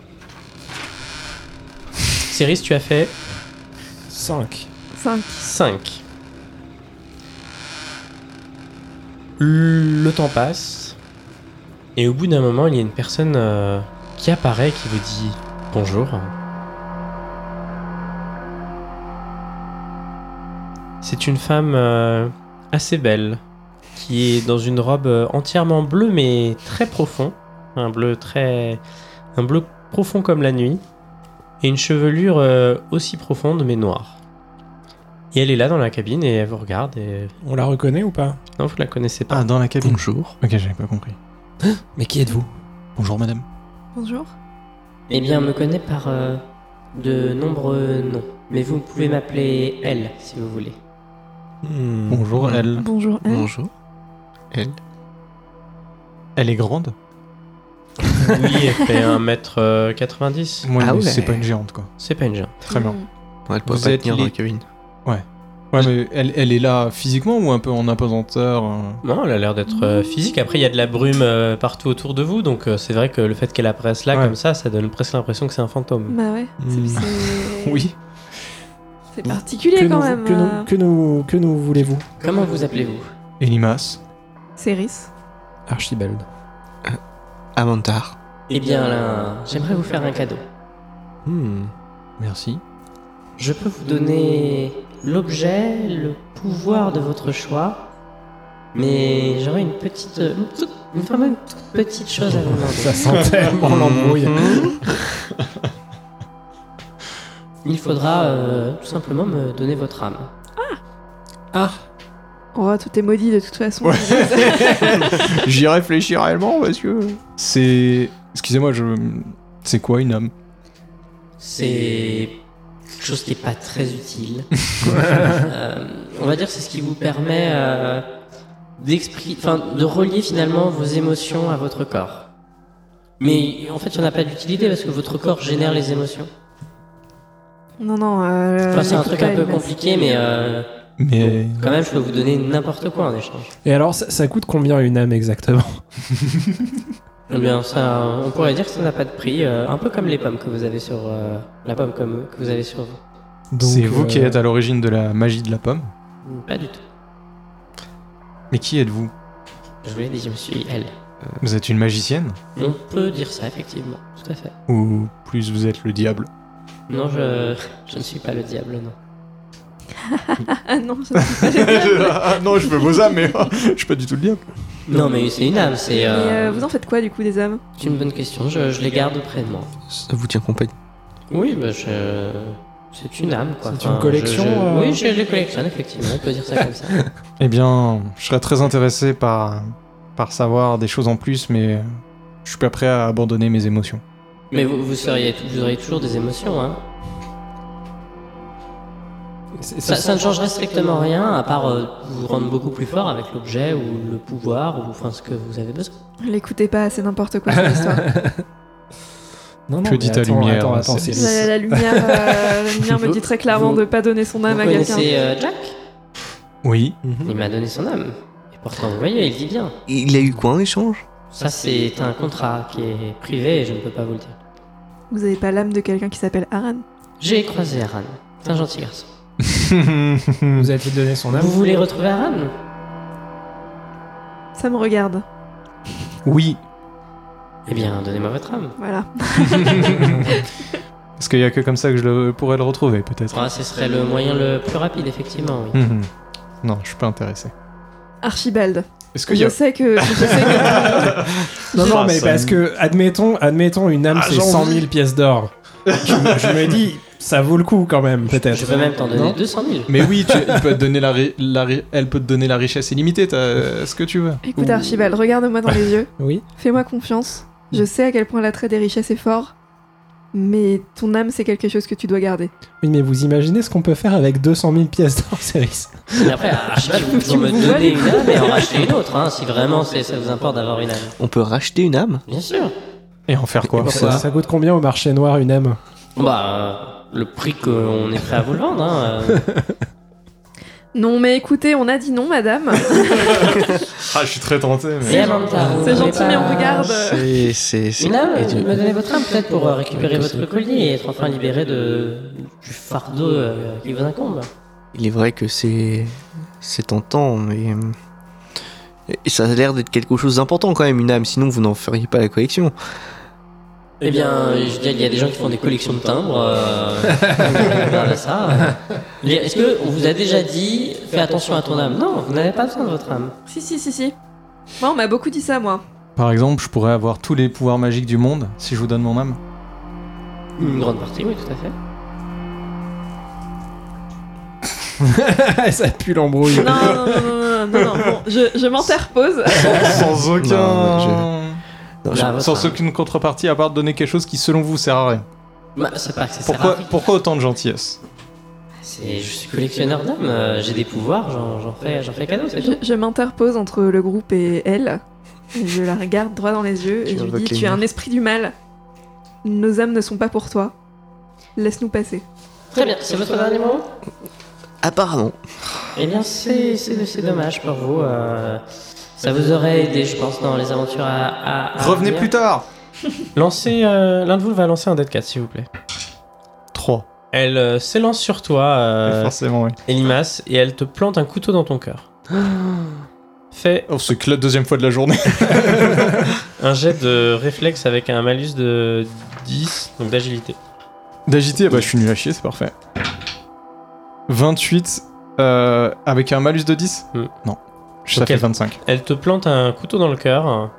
Céris, tu as fait
5.
5.
5. Le temps passe. Et au bout d'un moment, il y a une personne euh, qui apparaît qui vous dit bonjour. C'est une femme euh, assez belle qui est dans une robe euh, entièrement bleue mais très profond, un bleu très un bleu profond comme la nuit et une chevelure euh, aussi profonde mais noire. Et elle est là dans la cabine et elle vous regarde et...
On la reconnaît ou pas
Non, vous la connaissez pas.
Ah, dans la cabine.
Bonjour.
Ok, j'avais pas compris.
Mais qui êtes-vous
Bonjour madame.
Bonjour.
Eh bien, on me connaît par euh, de nombreux noms. Mais vous pouvez m'appeler elle, si vous voulez.
Hmm.
Hein Bonjour
Hein
elle.
Bonjour. hein. elle.
Bonjour. Elle.
Elle est grande
Oui, elle fait 1m90.
Moi,
Ah
mais
ouais.
c'est pas une géante quoi.
C'est pas une géante.
Très bien.
Mm.
Ouais, elle pourrait
Vous
pas
êtes
tenir dans
les-
la cabine.
Ouais, mais elle, elle est là physiquement ou un peu en apesanteur euh
Non, elle a l'air d'être euh, physique. Après, il y a de la brume euh, partout autour de vous, donc euh, c'est vrai que le fait qu'elle apparaisse là
Ouais.
comme ça, ça donne presque l'impression que c'est un fantôme.
Bah ouais. c'est-
Mm.
C'est
Oui.
c'est
Que
particulier
nous-
quand même.
que nous-
euh,
que nous- que nous voulez-vous
Comment vous appelez-vous
Elimas.
Céris.
Archibald.
Amantar.
Eh bien, là, j'aimerais vous faire un cadeau.
Hmm.
Merci.
Je peux vous donner l'objet, le pouvoir de votre choix, mais j'aurais une petite, euh, une toute- une- vraiment une toute petite chose à vous
Ça
demander.
(laughs)
sent tellement l'embrouille.
Il faudra euh, tout simplement me donner votre âme.
Ah
Oh, tout est maudit de toute façon.
J'y réfléchis réellement, monsieur. C'est. Excusez-moi, je. C'est quoi une âme
C'est quelque chose qui n'est pas très utile. Euh, on va dire que c'est ce qui vous permet euh, d'expri- enfin, de relier finalement vos émotions à votre corps. Mais en fait, il n'y en a pas d'utilité parce que votre corps génère les émotions.
Non, non. euh,
Enfin, c'est un truc un peu
mais-
compliqué, mais euh,
Mais.
quand même, je peux vous donner n'importe quoi en échange.
Et alors, ça, ça coûte combien une âme exactement
Eh bien, ça, on pourrait dire que ça n'a pas de prix, euh, un peu comme les pommes que vous avez sur euh, la pomme comme que vous avez sur vous.
Donc,
C'est vous
euh,
qui êtes à l'origine de la magie de la pomme.
Pas du tout.
Mais qui êtes-vous
Je vous l'ai dit, je me suis elle.
Vous êtes une magicienne
On peut dire ça effectivement, tout à fait.
Ou plus vous êtes le (laughs) diable
Non, euh, je, je ne suis pas le diable, non.
Ah non, je sais pas,
(laughs)
j'ai pas-
Ah, Non, je veux vos âmes, mais (laughs) je suis pas du tout le diable.
Non, mais c'est une âme, c'est
Mais
euh,
euh, vous en faites quoi du coup des âmes
c'est une bonne question. Je, je les garde près de moi.
Ça vous tient compagnie.
Oui, bah je. C'est une âme, quoi.
C'est une collection,
je- je-
euh,
Oui, je les collectionne, effectivement. On peut dire ça comme (laughs) ça.
Eh bien, je serais très intéressé par, par savoir des choses en plus, mais je suis pas prêt à abandonner mes émotions.
Mais vous, vous, seriez, vous auriez toujours des émotions, hein.
c'est-
Ça,
ça-
ça ne changerait strictement rien, à part euh, vous rendre beaucoup plus fort avec l'objet ou le pouvoir ou enfin ce que vous avez besoin.
L'écoutez pas, c'est n'importe quoi cette histoire.
Non, non,
Que
mais
dit ta
attends,
lumière,
Attends, attends,
c'est-
La,
c'est-
la lumière, euh, la lumière me dit très clairement
Vous-
de pas donner son âme
vous
à quelqu'un.
connaissez euh, Jack
Oui.
Il m'a donné son âme. Et pourtant, vous voyez, il dit bien.
Il a eu quoi en échange
Ça, c'est un contrat qui est privé et je ne peux pas vous le dire. euh.
Vous avez pas l'âme de quelqu'un qui s'appelle Aran
J'ai croisé Aran. C'est un gentil garçon.
Vous allez lui donner son âme
Vous voulez retrouver Aran
Ça me regarde.
oui.
Eh bien, donnez-moi votre âme.
Voilà.
Parce qu'il y a que comme ça que je le- pourrais le retrouver, peut-être.
Ah, ce serait le moyen le plus rapide, effectivement, oui.
Mhm. Non, je suis pas intéressé.
Archibald.
Est-ce
Je sais que. Je sais
(laughs)
que...
Non, non, mais
ça-
parce que, admettons, admettons une âme,
Ah,
c'est
j'en
100
vis.
000
(laughs)
pièces d'or. je, me- je me dis, ça vaut le coup quand même, peut-être.
Je peux même t'en donner
Non
200 000.
Mais oui, tu- il peut te donner la ri- la ri- elle peut te donner la richesse illimitée, t'as euh, ce que tu veux.
Écoute, Archibald, regarde-moi dans les yeux.
Oui.
Fais-moi confiance. Je sais à quel point l'attrait des richesses est fort. Mais ton âme, c'est quelque chose que tu dois garder.
Oui, mais vous imaginez ce qu'on peut faire avec 200 000 pièces d'or, (laughs) Céris
Mais après, Archibald, vous pouvez me
Vous
donner
voyez
une âme et en racheter une autre, hein, si vraiment c'est- ça vous importe d'avoir une âme.
On peut racheter une âme
Bien sûr.
Et en faire quoi
ça, ça coûte combien au marché noir une âme
Bah, euh, le prix qu'on est prêt à vous le vendre, hein. euh.
Non, mais écoutez, on a dit non, madame.
(laughs) Ah, je suis très tenté,
Et Amanda, vous
C'est
voulez
gentil, mais on
pas-
regarde.
C'est. C'est. c'est-
Une âme,
et tu-
me donnez votre âme peut-être pour euh, récupérer votre collier et être enfin libéré de, du fardeau euh, qui vous incombe.
Il est vrai que c'est. C'est tentant, mais. euh, et ça a l'air d'être quelque chose d'important quand même, une âme, sinon vous n'en feriez pas la collection.
Eh bien, je veux dire, il y a des gens qui font des collections de timbres.
(laughs)
euh, on parle de ça. Mais Est-ce que on vous a déjà dit fais attention à ton âme Non, vous n'avez pas besoin de votre âme.
si, si, si, si. Moi, on m'a beaucoup dit ça, moi.
Par exemple, je pourrais avoir tous les pouvoirs magiques du monde si je vous donne mon âme.
Une grande partie, oui, tout à fait.
Ça pue l'embrouille.
Non, non, non, non, non, non, non. Bon, je, je m'interpose.
Sans
aucun-
Non, mais
Non,
Là,
Sans
ça-
aucune contrepartie à part de donner quelque chose qui, selon vous, sert à rien.
Bah, c'est pas que ça sert à
Pourquoi,
rien.
pourquoi autant de gentillesse
C'est- Je suis collectionneur d'âmes, euh, j'ai des pouvoirs, j'en j'en fais, j'en fais cadeau, c'est
Je,
tout.
je m'interpose entre le groupe et elle. Et je la regarde droit dans les yeux et
Tu
je lui
invoques
dis
les
Tu es un
murs.
esprit du mal. Nos âmes ne sont pas pour toi. Laisse-nous passer.
Très bien, c'est votre dernier moment
Apparemment.
Eh bien, c'est c'est- c'est dommage pour vous. euh, ça vous aurait aidé, je pense, dans les aventures à. à- à
Revenez
venir.
plus tard
Lancez, euh, l'un de vous va lancer un dead 4, s'il vous plaît.
3.
Elle euh, s'élance sur toi, euh,
Forcément, oui.
Elimas, et elle te plante un couteau dans ton cœur. Fais
Oh, c'est que la deuxième fois de la journée.
un jet de réflexe avec un malus de 10, donc d'agilité.
(laughs) D'agiter, bah je suis nul à chier, c'est parfait. 28 euh, avec un malus de 10
Hmm.
Non. Ça
Ok.
fait 25.
Elle te plante un couteau dans le cœur.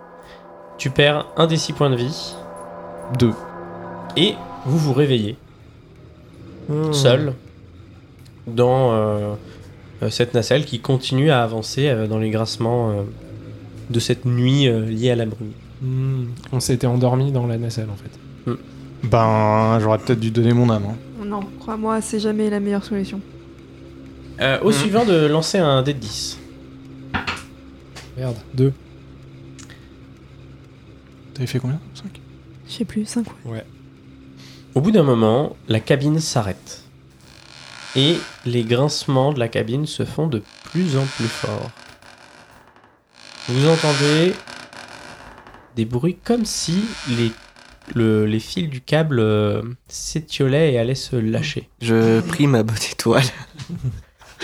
Tu perds un des 6 points de vie.
2.
Et vous vous réveillez.
Hmm.
Seul. Dans euh, euh, cette nacelle qui continue à avancer euh, dans les grassements euh, de cette nuit euh, liée à la brume.
Hmm, on s'était endormi dans la nacelle en fait.
Ben, j'aurais peut-être dû donner mon âme. hein.
Oh Non, crois-moi, c'est jamais la meilleure solution.
Euh, au suivant de lancer un dé de 10.
Merde, deux.
T'avais fait combien 5
Je sais plus, 5 fois.
Au bout d'un moment, la cabine s'arrête. Et les grincements de la cabine se font de plus en plus forts. Vous entendez des bruits comme si les, le- les fils du câble euh, s'étiolaient et allaient se lâcher.
Je prie ma bonne étoile.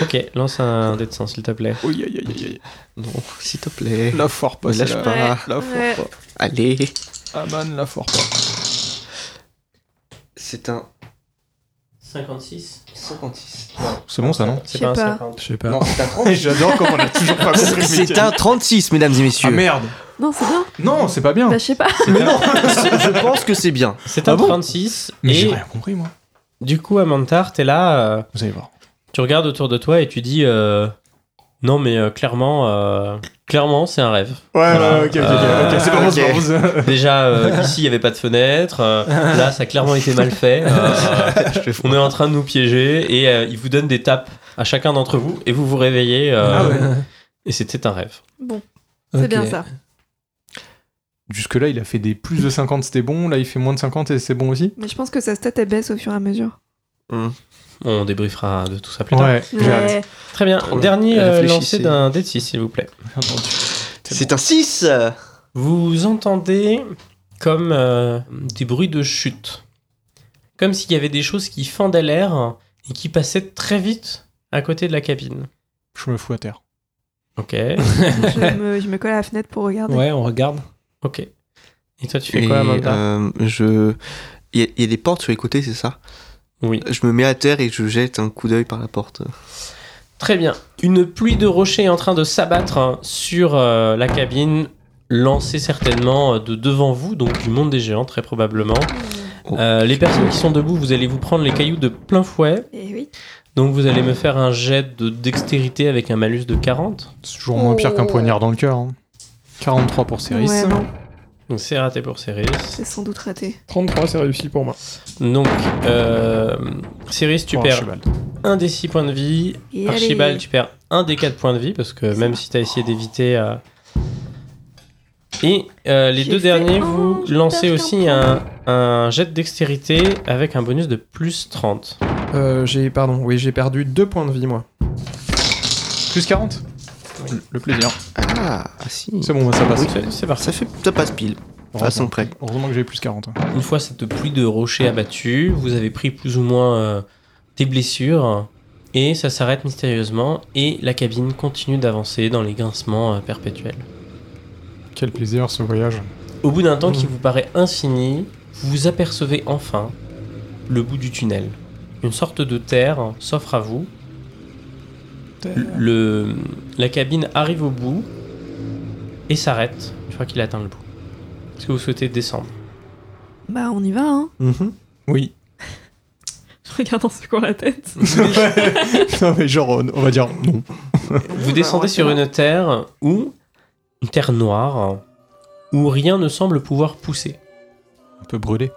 Ok, lance un dé de sang, s'il te plaît.
Oui, aïe, aïe, aïe,
Non, s'il te plaît.
aïe. (laughs) La foire pas,
Lâche
celle-là.
pas. Ah,
La
Ouais.
foire pas.
Allez.
Aman, la foire pas.
C'est un
56
56.
Ah,
C'est bon ça, non
Je sais
un
pas.
50.
Je sais pas.
c'est un 36.
Oh, J'adore comment on a toujours pas compris.
(laughs) C'est un 36, mesdames et
Ah
messieurs.
merde
Non, c'est bien.
Non, c'est pas bien
Bah, je sais pas.
Mais non, je pense que c'est bien.
C'est un
Ah bon
36.
Mais j'ai
et
rien compris, moi.
du coup, Amantar, t'es là. euh,
Vous allez voir.
Tu regardes autour de toi et tu dis euh, non mais euh, clairement euh, clairement c'est un rêve.
Ouais,
ouais, ok, ok, ok,
Euh,
ok, c'est
bon, c'est bon,
Déjà euh, ici il y avait pas de fenêtre, euh, là ça a clairement été mal fait.
(laughs)
euh, on est en train de nous piéger et euh, ils vous donnent des tapes à chacun d'entre vous et vous vous réveillez euh,
Ah ouais.
et c'était un rêve.
Bon, c'est bien ça.
Jusque-là, il a fait des (laughs) plus de 50, c'était bon. Là, il fait moins de 50 et c'est bon aussi.
Mais je pense que sa stat elle baisse au fur et à mesure.
On débriefera de tout ça plus tard.
j'ai
Ouais.
Très bien.
Trop bien.
Dernier euh, lancer
Réfléchissez.
d'un dé de 6 s'il vous plaît.
C'est un 6
Vous entendez comme euh, des bruits de chute. Comme s'il y avait des choses qui fendaient l'air et qui passaient très vite à côté de la cabine.
Je me fous à terre.
Ok,
je, me, je me colle à la fenêtre pour regarder.
Ouais, on regarde.
ok. Et toi, tu fais quoi, Amanda
euh, Je. Il y, a- il y a des portes sur les côtés, c'est ça
Oui.
Je me mets à terre et je jette un coup d'œil par la porte.
Très bien. Une pluie de rochers est en train de s'abattre hein, sur euh, la cabine, lancée certainement euh, de devant vous, donc du monde des géants, très probablement. Euh, les personnes qui sont debout, vous allez vous prendre les cailloux de plein fouet.
Et oui.
Donc vous allez me faire un jet de dextérité avec un malus de 40.
C'est toujours moins pire qu'un poignard dans le cœur. hein. 43 pour Céris.
Oh. Ouais, non,
Donc c'est raté pour Cyrus.
c'est sans doute raté.
33, c'est réussi pour moi.
Donc euh, Cyrus, tu
Pour
perds
Archibald.
un des 6 points de vie.
Et
Archibald,
allez.
tu perds un des 4 points de vie parce que même si tu as essayé d'éviter... euh, Et euh, les
J'ai
deux
fait
derniers,
un,
vous
je
lancez
perds qu'un
aussi un, un jet de dextérité avec un bonus de plus 30.
Euh, j'ai, pardon, oui, j'ai perdu deux points de vie moi.
Plus 40 Le- Le plaisir.
Ah, ah, si.
C'est bon, bah, ça passe.
C'est- C'est parti.
Ça, fait, ça passe pile.
(laughs)
Façon près.
Heureusement que j'ai plus 40. hein.
Une fois cette pluie de rochers abattue, vous avez pris plus ou moins euh, des blessures et ça s'arrête mystérieusement et la cabine continue d'avancer dans les grincements euh, perpétuels.
Quel plaisir ce voyage.
Au bout d'un temps qui vous paraît infini, vous apercevez enfin le bout du tunnel. Une sorte de terre s'offre à vous. Le, la cabine arrive au bout et s'arrête une fois qu'il atteint le bout. Est-ce que vous souhaitez descendre
Bah, on y va, hein.
Oui.
Je regarde en secouant la
(laughs)
tête.
(laughs) non, mais genre, on on va dire non.
Vous descendez sur une terre où une terre noire où rien ne semble pouvoir pousser. Mm.
Un peu brûlé.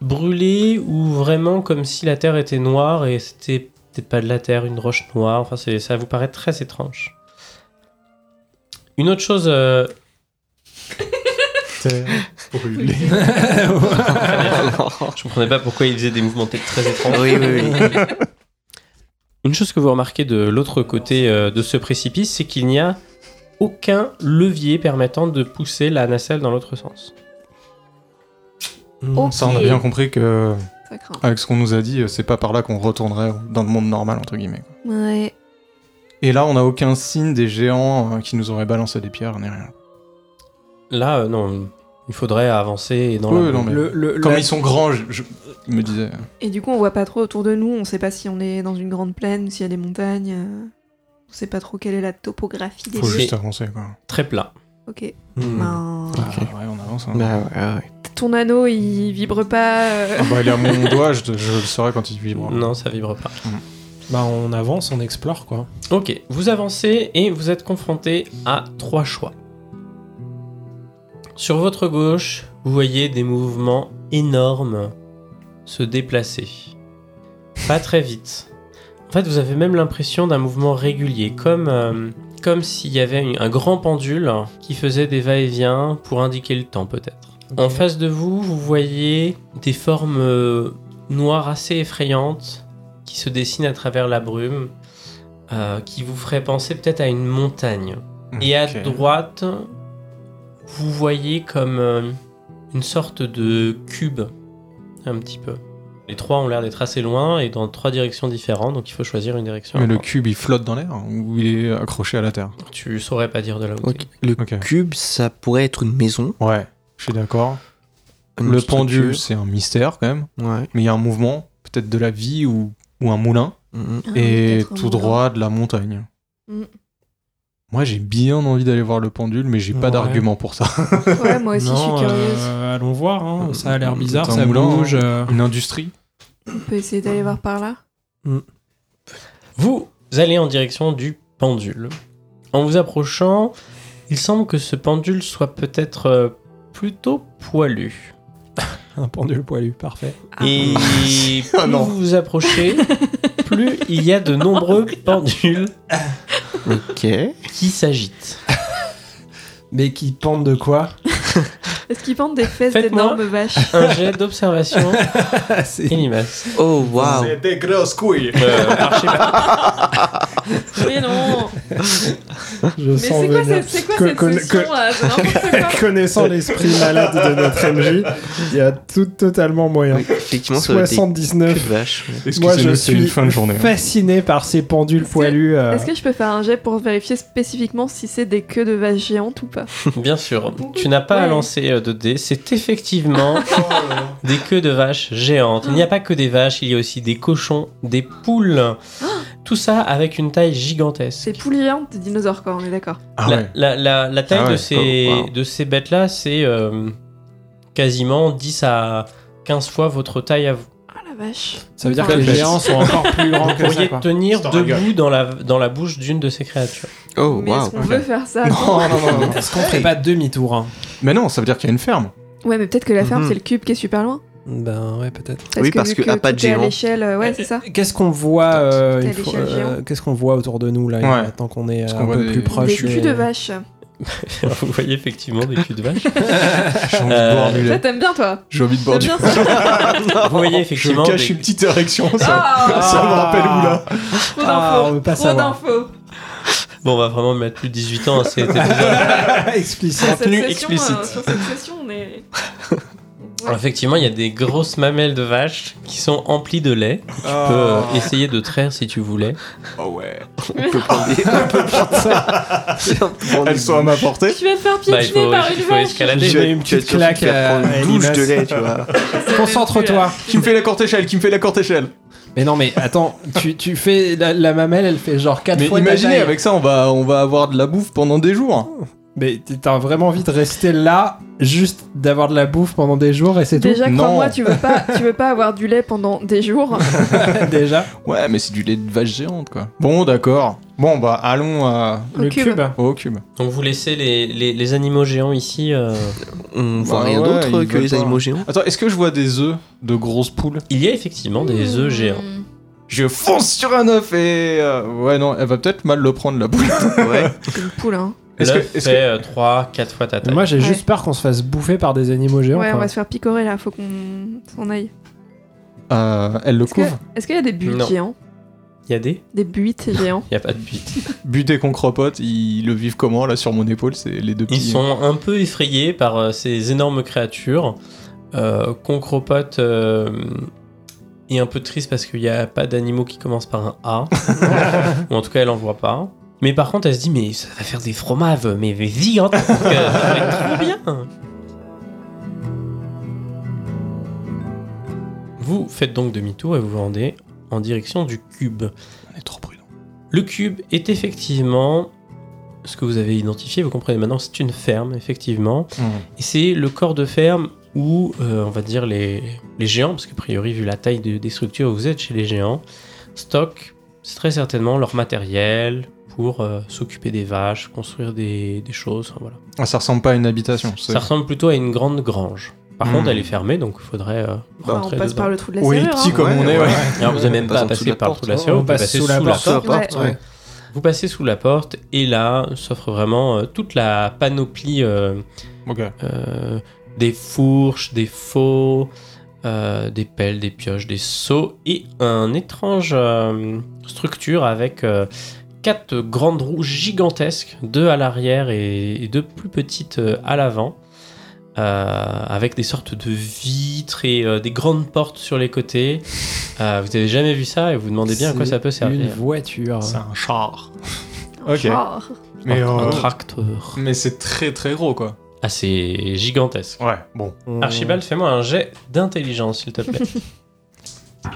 Brûlé ou vraiment comme si la terre était noire et c'était peut-être pas de la terre, une roche noire. Enfin, c'est- ça vous paraît très étrange. Une autre chose euh,
Brûlé.
Je comprenais pas pourquoi il faisait des mouvements de tête très étranges.
oui, oui, oui.
(laughs) Une chose que vous remarquez de l'autre côté euh, de ce précipice, c'est qu'il n'y a aucun levier permettant de pousser la nacelle dans l'autre sens.
Ok.
Ça, on a bien compris que,
Ça craint.
avec ce qu'on nous a dit, euh, c'est pas par là qu'on retournerait dans le monde normal, entre guillemets.
Ouais.
Et là, on n'a aucun signe des géants euh, qui nous auraient balancé des pierres, ni rien.
Là, euh, non, il faudrait avancer et dans
Oui,
la...
non, mais-
Le- le-
Comme
la-
ils sont grands, je, je me disais.
Et du coup, on voit pas trop autour de nous. On sait pas si on est dans une grande plaine, s'il y a des montagnes. euh, On sait pas trop quelle est la topographie des
Faut
lieux.
juste avancer, quoi.
Très plat.
Ok.
Hmm.
Ben,
Ah, ouais, on avance. hein.
Bah, ouais, ouais.
ton anneau, il vibre pas. euh,
Ah bah, il est à mon (laughs) doigt, je, je le saurais quand il vibre.
Non, ça vibre pas.
Bah, on avance, on explore quoi.
Ok, vous avancez et vous êtes confronté à trois choix. Sur votre gauche, vous voyez des mouvements énormes se déplacer. Pas très vite. En fait, vous avez même l'impression d'un mouvement régulier, comme, euh, comme s'il y avait une- un grand pendule qui faisait des va-et-vient pour indiquer le temps peut-être. En face de vous, vous voyez des formes euh, noires assez effrayantes qui se dessinent à travers la brume euh, qui vous ferait penser peut-être à une montagne. Et à
Ok.
droite, vous voyez comme euh, une sorte de cube, un petit peu. Les trois ont l'air d'être assez loin et dans trois directions différentes, donc il faut choisir une direction. à
Mais le
prendre.
cube, il flotte dans l'air hein, ou il est accroché à la terre
Tu saurais pas dire de là où
Ok.
t'es.
Le
Ok.
cube, ça pourrait être une maison.
Ouais, je suis d'accord.
une
Le
structure.
pendule, c'est un mystère quand même.
Ouais.
Mais il y a un mouvement, peut-être de la vie ou, ou un moulin.
Mhm.
Ah,
et
peut-être un
tout
moulin.
droit de la montagne.
Mm.
Moi, j'ai bien envie d'aller voir le pendule, mais j'ai
Ouais.
pas d'argument pour ça.
Ouais, moi aussi, je suis curieuse.
euh, allons voir, hein. ça a l'air bizarre,
C'est un
ça
moulin,
bouge.
hein.
euh.
Une industrie
On peut essayer d'aller voir par là.
Vous allez en direction du pendule. En vous approchant, il semble que ce pendule soit peut-être euh, plutôt poilu.
Un pendule poilu, parfait.
Ah.
Et plus
Ah non.
vous vous approchez, plus il y a de nombreux pendules
Ok.
qui s'agitent.
Mais qui pendent de (laughs) quoi
Est-ce qu'ils vendent des fesses
Faites-moi.
d'énormes vaches
Un jet d'observation
Ah,
et limace.
Oh, waouh.
des grosses couilles
Euh, Archibald.
Mais non
Je
Mais
sens
c'est quoi,
venir.
cette- c'est quoi
Que-
cette
que-
session
que-
là C'est n'importe
(laughs)
quoi.
Connaissant l'esprit malade de notre MJ, il y a tout totalement moyen.
Oui, effectivement, ça doit être des culs
79.
de vache. ouais.
Moi, je
Excusez-nous, c'est une
suis
fin de journée.
Fasciné par ces pendules
Est-ce que-
poilues. euh,
Est-ce que je peux faire un jet pour vérifier spécifiquement si c'est des queues de vaches géantes ou pas
Bien sûr, tu n'as pas à
Ouais.
lancer euh, de dés, c'est effectivement des queues de vaches géantes. Il n'y a pas que des vaches, il y a aussi des cochons, des poules. Tout ça avec une taille gigantesque.
C'est poules géantes, des dinosaures quoi, on est d'accord.
Ah
la,
ouais.
la- la- la taille
Ah
de
ouais.
ces,
Oh, wow.
de ces bêtes-là, c'est euh, quasiment 10 à 15 fois votre taille à vous.
Ah la vache.
Ça veut dire que
Plein
les
de bêtes.
géants sont encore plus grands
Vous
que ça.
pourriez
quoi.
tenir
C'est dans la
debout dans la, dans la bouche d'une de ces créatures. (laughs)
Oh,
Mais est-ce
waouh.
qu'on
ok.
veut faire ça
Non, non, non, non, non.
Est-ce qu'on fait pas demi-tour hein
Mais non, ça veut dire qu'il y a une ferme.
Ouais, mais peut-être que la ferme
Mhm.
c'est le cube qui est super loin.
Ben ouais, peut-être.
Parce
Oui,
que
parce
vu
que
que
à pas de
tout est à
géant.
l'échelle, euh, ouais, c'est ça.
Qu'est-ce qu'on voit euh,
Tout à
une fois-
l'échelle
euh,
géant.
Qu'est-ce qu'on voit autour de nous là
Ouais.
maintenant qu'on est
Est-ce
euh,
qu'on
un
voit
peu
des-
plus
Des
proche
culs de vache.
Vous voyez effectivement des culs de vache.
J'ai envie
Euh,
de boire du
Ça
lait.
t'aimes bien toi
J'ai envie de boire
T'aimes
du
bien ça
Vous voyez
Je
effectivement
cache
des,
une petite
(laughs)
érection, ça.
Ah
Ça me rappelle Oula.
Trop
Ah, on
d'infos
veut pas
Trop
savoir.
d'infos Bah,
Bon, on va vraiment mettre plus de 18 ans, hein,
(laughs)
c'est
ah, Explicite.
Sur cette
Contenu
session, euh,
explicite.
Sur cette session, on est.
Alors, Effectivement, il y a des grosses mamelles de vaches qui sont emplies de lait. Tu peux euh, essayer de traire si tu voulais.
Oh ouais.
On (laughs) peut prendre des- on peut prendre (laughs) ça. On peut prendre des-
Elles sont à ma portée.
Tu vas te faire
Bah, il
piétiner
faut,
par
il
une
faut
vache
Tu
escalader.
vas-
une
tu vas
petite
surtout
claque
faire
à-
prendre
à
une euh, douche
Elimas.
de lait, tu vois.
Concentre-toi.
Qui me fait la courte échelle, qui me fait la courte échelle.
euh,
Mais non, mais attends, tu, tu fais la, la mamelle, elle fait genre 4
Mais
fois. ta
imaginez,
taille.
avec ça, on va, on va avoir de la bouffe pendant des jours.
Mais t'as vraiment envie de rester là, juste d'avoir de la bouffe pendant des jours et c'est tout.
Déjà,
Non.
crois-moi, tu veux pas, tu veux pas avoir du lait pendant des jours.
Déjà.
Ouais, mais c'est du lait de vache géante, quoi. Bon, d'accord. Bon, bah allons euh,
Au
le
cube.
cube.
au cube.
Donc vous laissez les, les- les animaux géants ici. euh.
On voit
Bah
rien
ouais,
d'autre
ils
que les
veulent
animaux
pas.
géants.
Attends, est-ce que je vois des œufs de grosses poules
Il y a effectivement (laughs)
Mmh.
des œufs géants.
Je fonce sur un œuf et. euh, ouais, non, elle va peut-être mal le prendre la (laughs) poule.
Ouais.
C'est une poule, hein.
Est-ce que-
L'œuf
est-ce
fait 3, 4 fois ta taille.
Moi, j'ai
Ouais.
juste peur qu'on se fasse bouffer par des animaux géants.
Ouais, on
quoi.
va se faire picorer là, faut qu'on s'en aille.
Euh, elle le
Est-ce que-
couvre
Est-ce qu'il y a des buts
Non.
géants
Il y a des
Des buts
(laughs)
géants
Il y a pas de buts.
Buté qu'on crepote, ils le vivent comment là sur mon épaule C'est les deux
Ils
petits.
sont un peu effrayés par euh, ces énormes créatures. Euh, Concropote euh, est un peu triste parce qu'il n'y a pas d'animaux qui commencent par un
(laughs)
A. Ou en tout cas, elle en voit pas. Mais par contre, elle se dit Mais ça va faire des fromaves, mais mais gigantes donc, euh, Ça va être trop bien Vous faites donc demi-tour et vous vous rendez en direction du cube.
On est trop prudent.
Le cube est effectivement ce que vous avez identifié, vous comprenez maintenant, c'est une ferme, effectivement.
Mmh.
Et c'est le corps de ferme où, euh, on va dire, les, les géants, parce qu'a priori, vu la taille de- des structures, vous êtes chez les géants, stockent très certainement leur matériel pour euh, s'occuper des vaches, construire des, des choses. enfin, voilà.
Ah, ça ressemble pas à une habitation. c'est-
Ça ressemble plutôt à une grande grange. Par
Mmh.
Hmm.
contre, elle est fermée, donc il faudrait euh,
Bah, On
rentrer
passe
dedans.
par le trou de la
Oui,
serrure.
petit
hein.
comme on est, ouais.
Alors, vous n'avez même
On passe
pas
en dessous
passé
de la
par le
porte,
trou de la
hein.
serrure,
On
vous
passe
passez
sous la porte.
Sous la porte,
Ouais.
ouais.
Vous passez sous la porte et là s'offre vraiment euh, toute la panoplie euh,
Ok.
euh, des fourches, des faux, euh, des pelles, des pioches, des seaux et un étrange euh, structure avec euh, quatre grandes roues gigantesques, deux à l'arrière et, et deux plus petites euh, à l'avant. euh, avec des sortes de vitres et euh, des grandes portes sur les côtés. Euh, vous avez jamais vu ça et vous vous demandez bien à quoi
C'est
ça peut servir.
Une voiture.
un char.
Un
Ok.
char.
Mais,
un
euh,
tracteur
mais c'est très très gros quoi.
assez gigantesque.
Ouais, bon.
Archibald, fais-moi un jet d'intelligence, s'il te plaît.
(laughs)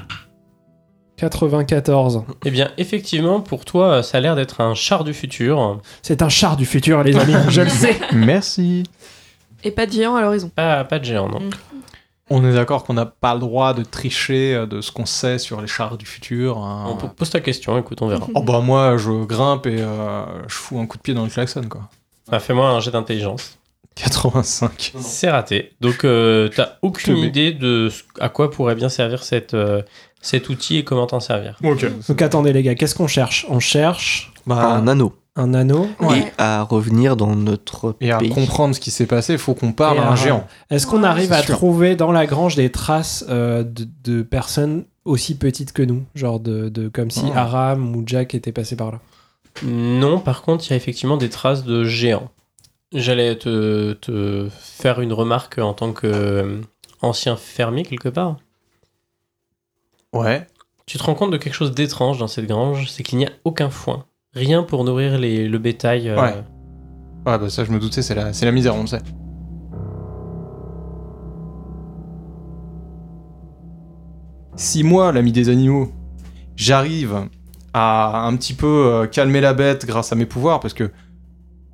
94.
eh bien, effectivement, pour toi, ça a l'air d'être un char du futur.
C'est un char du futur,
(laughs)
les amis. Je le sais.
Merci.
Et pas de géants à l'horizon.
Pas, pas de géant,
Mm.
non.
On est d'accord qu'on n'a pas le droit de tricher euh, de ce qu'on sait sur les chars du futur. hein.
On po- pose ta question, écoute, on verra.
Oh bah moi je grimpe et euh, je fous un coup de pied dans le klaxon quoi.
Ah, fais-moi un jet d'intelligence.
85.
C'est raté. Donc, euh, t'as aucune
Te mets.
idée de ce- à quoi pourrait bien servir cette, euh, cet outil et comment t'en servir.
Ok.
Donc attendez, les gars, qu'est-ce qu'on cherche On cherche
Bah,
Un anneau.
un anneau.
Ouais.
Et à revenir dans notre
et à
pays.
comprendre ce qui s'est passé, faut qu'on parle
Et
à
à-
un géant.
Est-ce qu'on
Ouais,
arrive
c'est
à
sûr.
trouver dans la grange des traces euh, de, de personnes aussi petites que nous Genre de, de- comme si
Oh.
Aram ou Jack étaient passés par là.
Non, par contre, il y a effectivement des traces de géants. J'allais te, te faire une remarque en tant que euh, ancien fermier quelque part.
Ouais.
Tu te rends compte de quelque chose d'étrange dans cette grange, c'est qu'il n'y a aucun foin. Rien pour nourrir les- le bétail. euh,
Ouais. Ouais bah ça je me doutais, c'est la, c'est la misère, on le sait. Si moi, l'ami des animaux, j'arrive à un petit peu euh, calmer la bête grâce à mes pouvoirs, parce que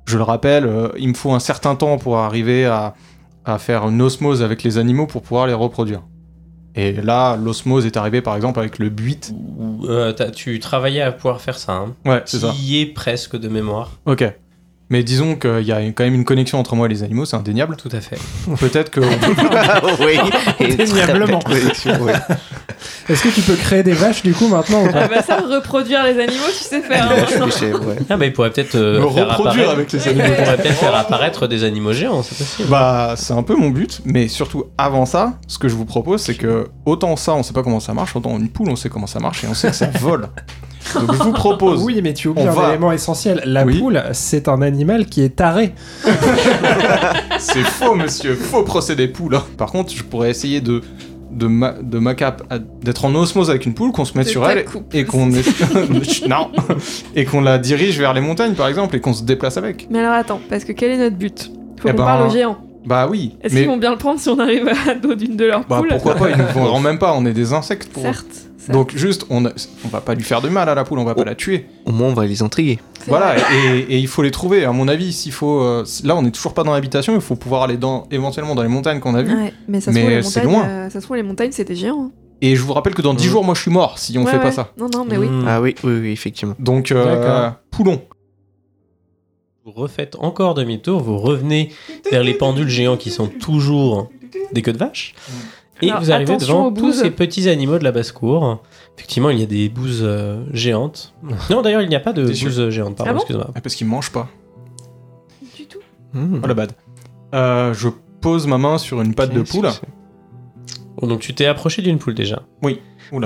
je le rappelle, euh, il me faut un certain temps pour arriver à, à faire une osmose avec les animaux pour pouvoir les reproduire. Et là, l'osmose est arrivée par exemple avec le buit.
où, euh, t'as- tu travaillais à pouvoir faire ça. Hein.
Ouais,
Tu
c'est ça.
y es presque de mémoire.
Ok. Mais disons qu'il y a quand même une connexion entre moi et les animaux, c'est
(laughs)
indéniable.
Tout à fait.
Peut-être que
Ah (laughs)
(laughs)
oui, et très
Indéniablement.
belle collection, ouais.
Est-ce que tu peux créer des vaches du coup maintenant
(laughs)
ou pas
Ah bah ça, reproduire les animaux, tu sais faire. hein.
Je sais, ouais.
Ah bah il pourrait peut-être euh,
me
faire
reproduire
apparaître.
avec les
(laughs) Il
animaux.
pourrait peut-être faire apparaître des animaux géants, c'est possible.
Bah, c'est un peu mon but, mais surtout avant ça, ce que je vous propose, c'est que autant ça, on sait pas comment ça marche, autant une poule, on sait comment ça marche et on sait que ça vole. Donc je vous propose.
Oui, mais tu oublies
On
un
va-
élément essentiel. La
Oui.
poule, c'est un animal qui est taré.
C'est faux, monsieur, faux procédé poule. hein. Par contre, je pourrais essayer de de ma, de ma cap à- d'être en osmose avec une poule, qu'on se mette
De
sur
ta
elle
coupe.
et
(laughs)
qu'on (laughs) est- non et qu'on la dirige vers les montagnes par exemple et qu'on se déplace avec.
Mais alors attends, parce que quel est notre but Faut
Eh
qu'on
ben,
parle aux géants.
Bah oui.
Est-ce
mais
qu'ils vont bien le prendre si on arrive à dos d'une de leurs
bah
poules
pourquoi pas Ils (laughs) nous vendront même pas. On est des insectes pour. eux.
Certes. certes.
Donc juste, on, a- on va pas lui faire de mal à la poule, on va pas
Oh.
la tuer.
Au moins, on va les intriguer.
C'est
Voilà,
vrai.
et, et il faut les trouver. À mon avis, s'il faut, euh, si- là, on est toujours pas dans l'habitation. Il faut pouvoir aller dans, éventuellement dans les montagnes qu'on a vues.
Ouais, mais ça se
Mais
trouve, les
c'est
montagnes,
loin.
euh, ça se trouve, les montagnes, c'est des géants. hein.
Et je vous rappelle que dans 10
Mhm.
jours, moi, je suis mort si on
Ouais,
fait pas
ouais.
ça.
Non, non, mais oui.
Hmm.
Ah oui, oui, oui, effectivement.
Donc, euh,
D'accord.
Poulon.
Vous refaites encore demi-tour, vous revenez vers les pendules géants qui sont toujours des queues de vache. Et
Alors,
vous arrivez
attention
devant
aux
tous
bouses.
ces petits animaux de la basse-cour. Effectivement, il y a des bouses euh, géantes. Non, d'ailleurs, il n'y a pas de
Des yeux.
bouses euh, géantes, pardon,
Ah bon
excuse-moi.
Ah, parce qu'il mange pas.
Du tout.
Hmm.
Oh la bad. Euh, je pose ma main sur une patte de
Qu'est-ce
poule.
que c'est
Oh, donc tu t'es approché d'une poule déjà.
Oula.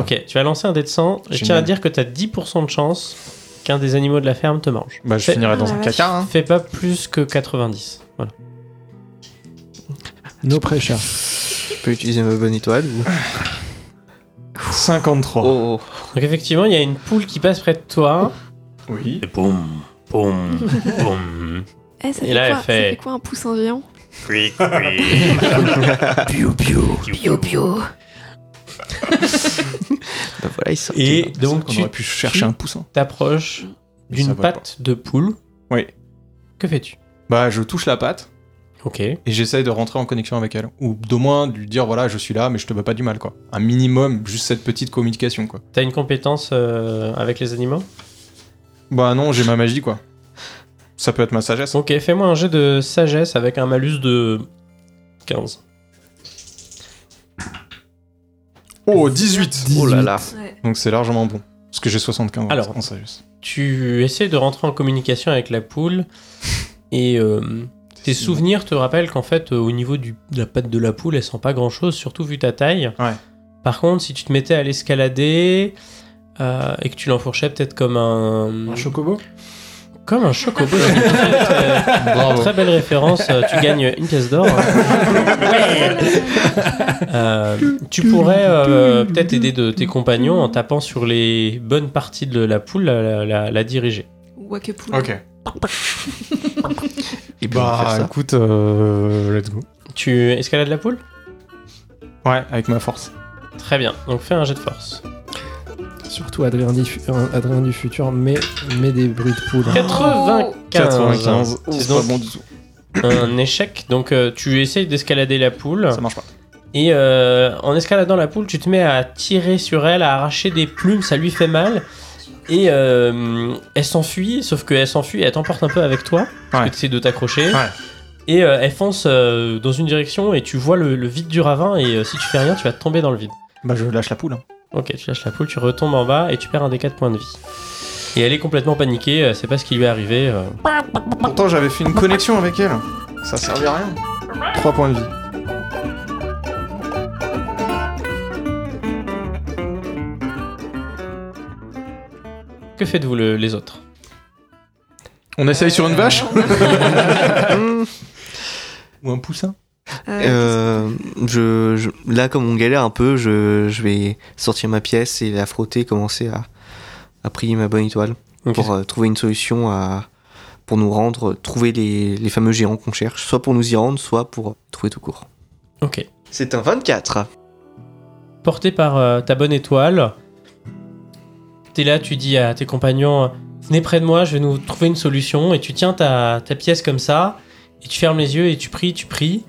Ok, tu as lancé un dé de 100. Je tiens
Génial.
à dire que tu as 10% de chance qu'un des animaux de la ferme te mange.
Bah, je
Fais-
finirai dans
Ah,
un
la
caca. hein.
Fais pas plus que 90. Voilà.
No pressure.
Je peux utiliser ma bonne étoile ou...
53.
Oh,
Donc effectivement, il y a une poule qui passe près de toi.
Oui.
Et boum, boum, boum.
Eh, ça,
Et
fait
là, elle
quoi, ça
fait-
fait quoi un poussin géant
(laughs)
Pio, pio.
bah voilà, il sort.
Et donc
on
tu
aurait pu chercher un poussin.
t'approches
Mais
d'une
ça va pas.
patte de poule.
Oui.
Que fais-tu
Bah, je touche la patte
Ok.
et j'essaye de rentrer en connexion avec elle. Ou d'au moins de lui dire voilà, je suis là, mais je te veux pas du mal, quoi. Un minimum, juste cette petite communication, quoi.
T'as une compétence euh, avec les animaux
Bah, non, j'ai ma magie, quoi. Ça peut être ma sagesse.
Ok, fais-moi un jet de sagesse avec un malus de 15.
Oh, 18
Oh là là.
Ouais.
Donc, c'est largement bon. Parce que j'ai 75
Alors.
en sagesse.
Tu essaies de rentrer en communication avec la
(laughs)
poule et euh, tes
C'est-
souvenirs te rappellent qu'en fait, euh, au niveau du- de la patte de la poule, elle sent pas grand chose, surtout vu ta taille.
Ouais.
Par contre, si tu te mettais à l'escalader euh, et que tu l'enfourchais peut-être comme un.
chocobo
Comme un (laughs) chocobo. C'est une très, très-
Bravo.
très belle référence. euh, Tu gagnes une pièce d'or. hein. Euh, tu pourrais euh, peut-être aider de tes compagnons en tapant sur les bonnes parties de la poule, la, la- la- la diriger.
Wakapoula.
Ok.
Et puis on va
Bah,
faire ça.
écoute, euh, let's go.
Tu escalades la poule
Ouais, avec ma force.
Très bien. Oh. Donc fais un jet de force.
Surtout Adrien, du- euh, Adrien du futur, mais, mais des bruits de poule.
(laughs)
95.
95.
Oh,
C'est
C'est
donc-
pas bon du tout.
Un échec. Donc euh, tu essayes d'escalader la poule.
Ça marche pas.
Et euh, en escaladant la poule, tu te mets à tirer sur elle, à arracher des plumes, ça lui fait mal. Et euh, elle s'enfuit, sauf qu'elle s'enfuit et elle t'emporte un peu avec toi. Parce
Ouais.
que tu essaies de t'accrocher.
Ouais.
Et euh, elle fonce euh, dans une direction et tu vois le, le vide du ravin. Et euh, si tu fais rien, tu vas tomber dans le vide.
Bah, je lâche la poule. hein.
Ok, tu lâches la poule, tu retombes en bas et tu perds un des 4 points de vie. Et elle est complètement paniquée, elle sait pas ce qui lui est arrivé. euh.
Pourtant, j'avais fait une connexion avec elle. Ça servait à rien. 3 points de vie.
Que faites-vous le- les autres
On essaye sur
Euh.
une vache Ou un poussin
Euh,
(laughs) Euh, je, je- là, comme on galère un peu, je, je vais sortir ma pièce et la frotter, commencer à, à prier ma bonne étoile
Ok.
pour euh, trouver une solution à, pour nous rendre, trouver les, les fameux géants qu'on cherche, soit pour nous y rendre, soit pour trouver tout court.
Ok.
C'est un 24.
porté par euh, ta bonne étoile. T'es là, tu dis à tes compagnons Venez près de moi, je vais nous trouver une solution. Et tu tiens ta, ta pièce comme ça, et tu fermes les yeux et tu pries, tu pries.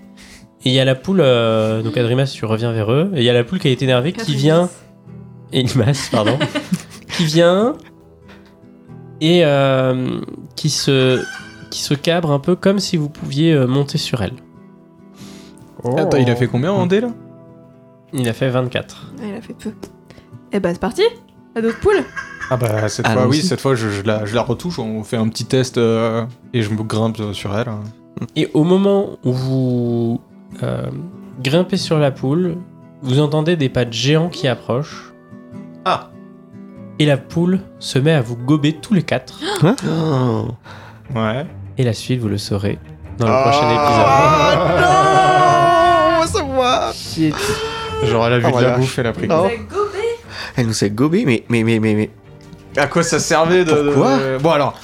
Et il y a la poule, euh, donc Adrimas, tu reviens vers eux, et il y a la poule qui est énervée qui vient, et Limas, pardon, qui vient, et euh, qui, se, qui se cabre un peu comme si vous pouviez euh, monter sur elle.
Attends, il a fait combien en dé là
Il a fait 24.
Elle a fait peu. Eh bah, c'est parti À d'autres poules
Ah bah cette
Ah,
fois,
non,
oui,
si.
cette fois je, je la, je la retouche, on fait un petit test euh, et je me grimpe euh, sur elle. hein.
Et au moment où vous euh, grimpez sur la poule, vous entendez des pas de géants qui approchent.
Ah.
Et la poule se met à vous gober tous les quatre.
Hein
Ouais.
Et la suite, vous le saurez Oh. dans le prochain
Ah.
épisode.
Genre elle a vu de
Ah,
la
voilà.
bouffe, elle a pris.
Ah. Oh.
gobé
Elle nous a gobé, mais, mais, mais, mais, mais
À quoi ça servait de...
Pourquoi
de- Bon alors,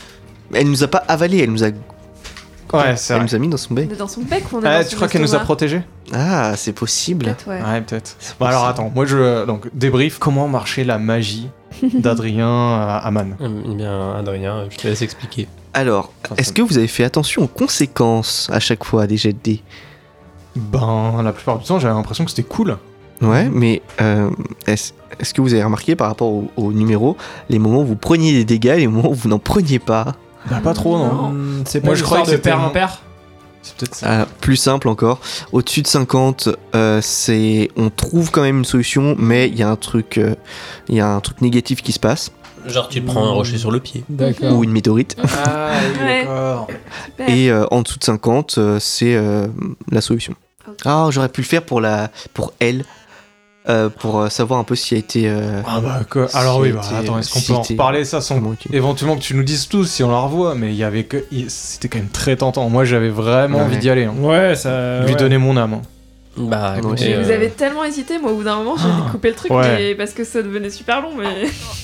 elle nous a pas avalé, elle nous a,
ouais, c'est
elle
vrai.
nous a mis dans son bec.
On est dans son bec ou on est
Ah,
dans
tu
son
crois qu'elle nous Ah, a
estomac
protégés
Ah, c'est possible.
Peut-être, ouais.
Ouais, peut-être. Bon alors attends, moi je... Donc débrief, comment marchait la magie d'Adrien à à Man
Hum, Eh bien, Adrien, je te laisse expliquer.
Alors,
Enfin,
est-ce
ça-
que vous avez fait attention aux conséquences à chaque fois des jets de dés
Ben la plupart du temps j'avais l'impression que c'était cool.
Ouais, mais euh, est-ce est-ce que vous avez remarqué par rapport au, au numéro les moments où vous preniez des dégâts et les moments où vous n'en preniez pas
Bah, pas trop, non.
Hmm, C'est
Moi,
pas
je
je
croyais
crois
que
de
c'était
père
un-
en père
C'est peut-être ça.
Euh, Plus simple encore, au-dessus de 50, euh, c'est on trouve quand même une solution, mais il y a un truc, euh, il y a un truc négatif qui se passe
Genre, tu te prends un rocher sur le pied.
D'accord.
ou une météorite.
Ah, oui,
Ouais.
d'accord.
Super.
Et euh, en dessous de 50, euh, c'est euh, la solution.
Ok.
Ah, j'aurais pu le faire pour la, pour elle, euh, pour euh, savoir un peu si a été. euh,
Ah, bah, quoi. Alors, oui, bah,
C'était-
attends, est-ce qu'on peut en
c'était-
reparler, ça, sans
vraiment utile.
éventuellement que tu nous dises tous si on la revoit, mais il y avait que. il- C'était quand même très tentant. Moi, j'avais vraiment
Ouais.
envie d'y aller. hein.
Ouais, ça.
Lui
ouais.
donner mon âme. hein.
Bah,
Moi aussi.
écoutez,
Vous
euh,
avez tellement hésité, moi au bout d'un moment j'ai
Ah.
coupé le truc
Ouais.
mais- parce que ça devenait super long.
(laughs)
Mais...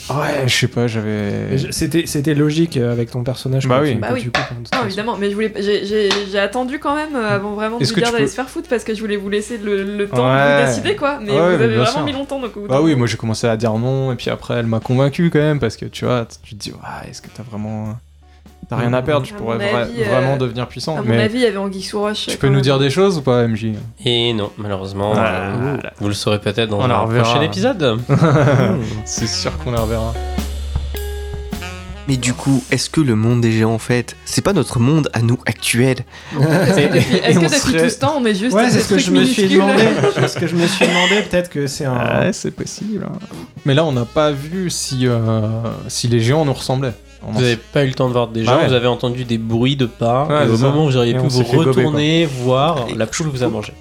Ouais, je sais pas,
Mais
j'avais.
je- C'était c'était logique euh, avec ton personnage.
Bah
quand
oui.
tu-
Bah
quand
oui.
tu coupes, hein, de toute
Non,
façon.
évidemment, mais je voulais, j'ai, j'ai- j'ai attendu quand même euh, avant vraiment de
Est-ce
vous
que
dire
tu
d'aller
peux-
se faire foutre parce que je voulais vous laisser le, le temps
Ouais. Ah
de vous décider quoi. Mais
Ouais, mais
vous avez
bien
vraiment
sûr.
mis longtemps donc. au bout
Bah
d'un
oui,
moment-
moi j'ai commencé à dire non, et puis après elle m'a convaincu quand même, parce que tu vois, tu te dis, ouais, est-ce que t'as vraiment. T'as rien à perdre, je
À
pourrais
mon
vra-
avis, euh,
vraiment devenir puissant.
À mon
Mais
avis, il y avait Anguille sous roche.
tu
quand
peux nous
même.
dire des choses ou pas, MJ
Et non, malheureusement,
Ah,
euh,
là.
vous le saurez peut-être dans
On en
un
reverra.
prochain épisode.
C'est sûr qu'on la reverra.
Mais du coup, est-ce que le monde des géants, en fait, c'est pas notre monde à nous actuel
Est-ce que depuis, est-ce
on
que depuis
serait-
tout ce temps on est juste
Ouais,
à
c'est
des
ce que
trucs
je me suis
minuscules
demandé. (laughs) C'est ce que je me suis demandé. Peut-être que c'est un.
Ah, Ouais, c'est possible. hein. Mais là, on n'a pas vu si, euh, si les géants nous ressemblaient. On en-
Vous n'avez pas eu le temps de voir des gens,
Bah ouais.
vous avez entendu des bruits de pas.
Ouais,
et au
c'est ça.
moment où vous auriez
Et
pu
on
vous
s'est fait gober,
retourner, voir, la poule vous a mangé.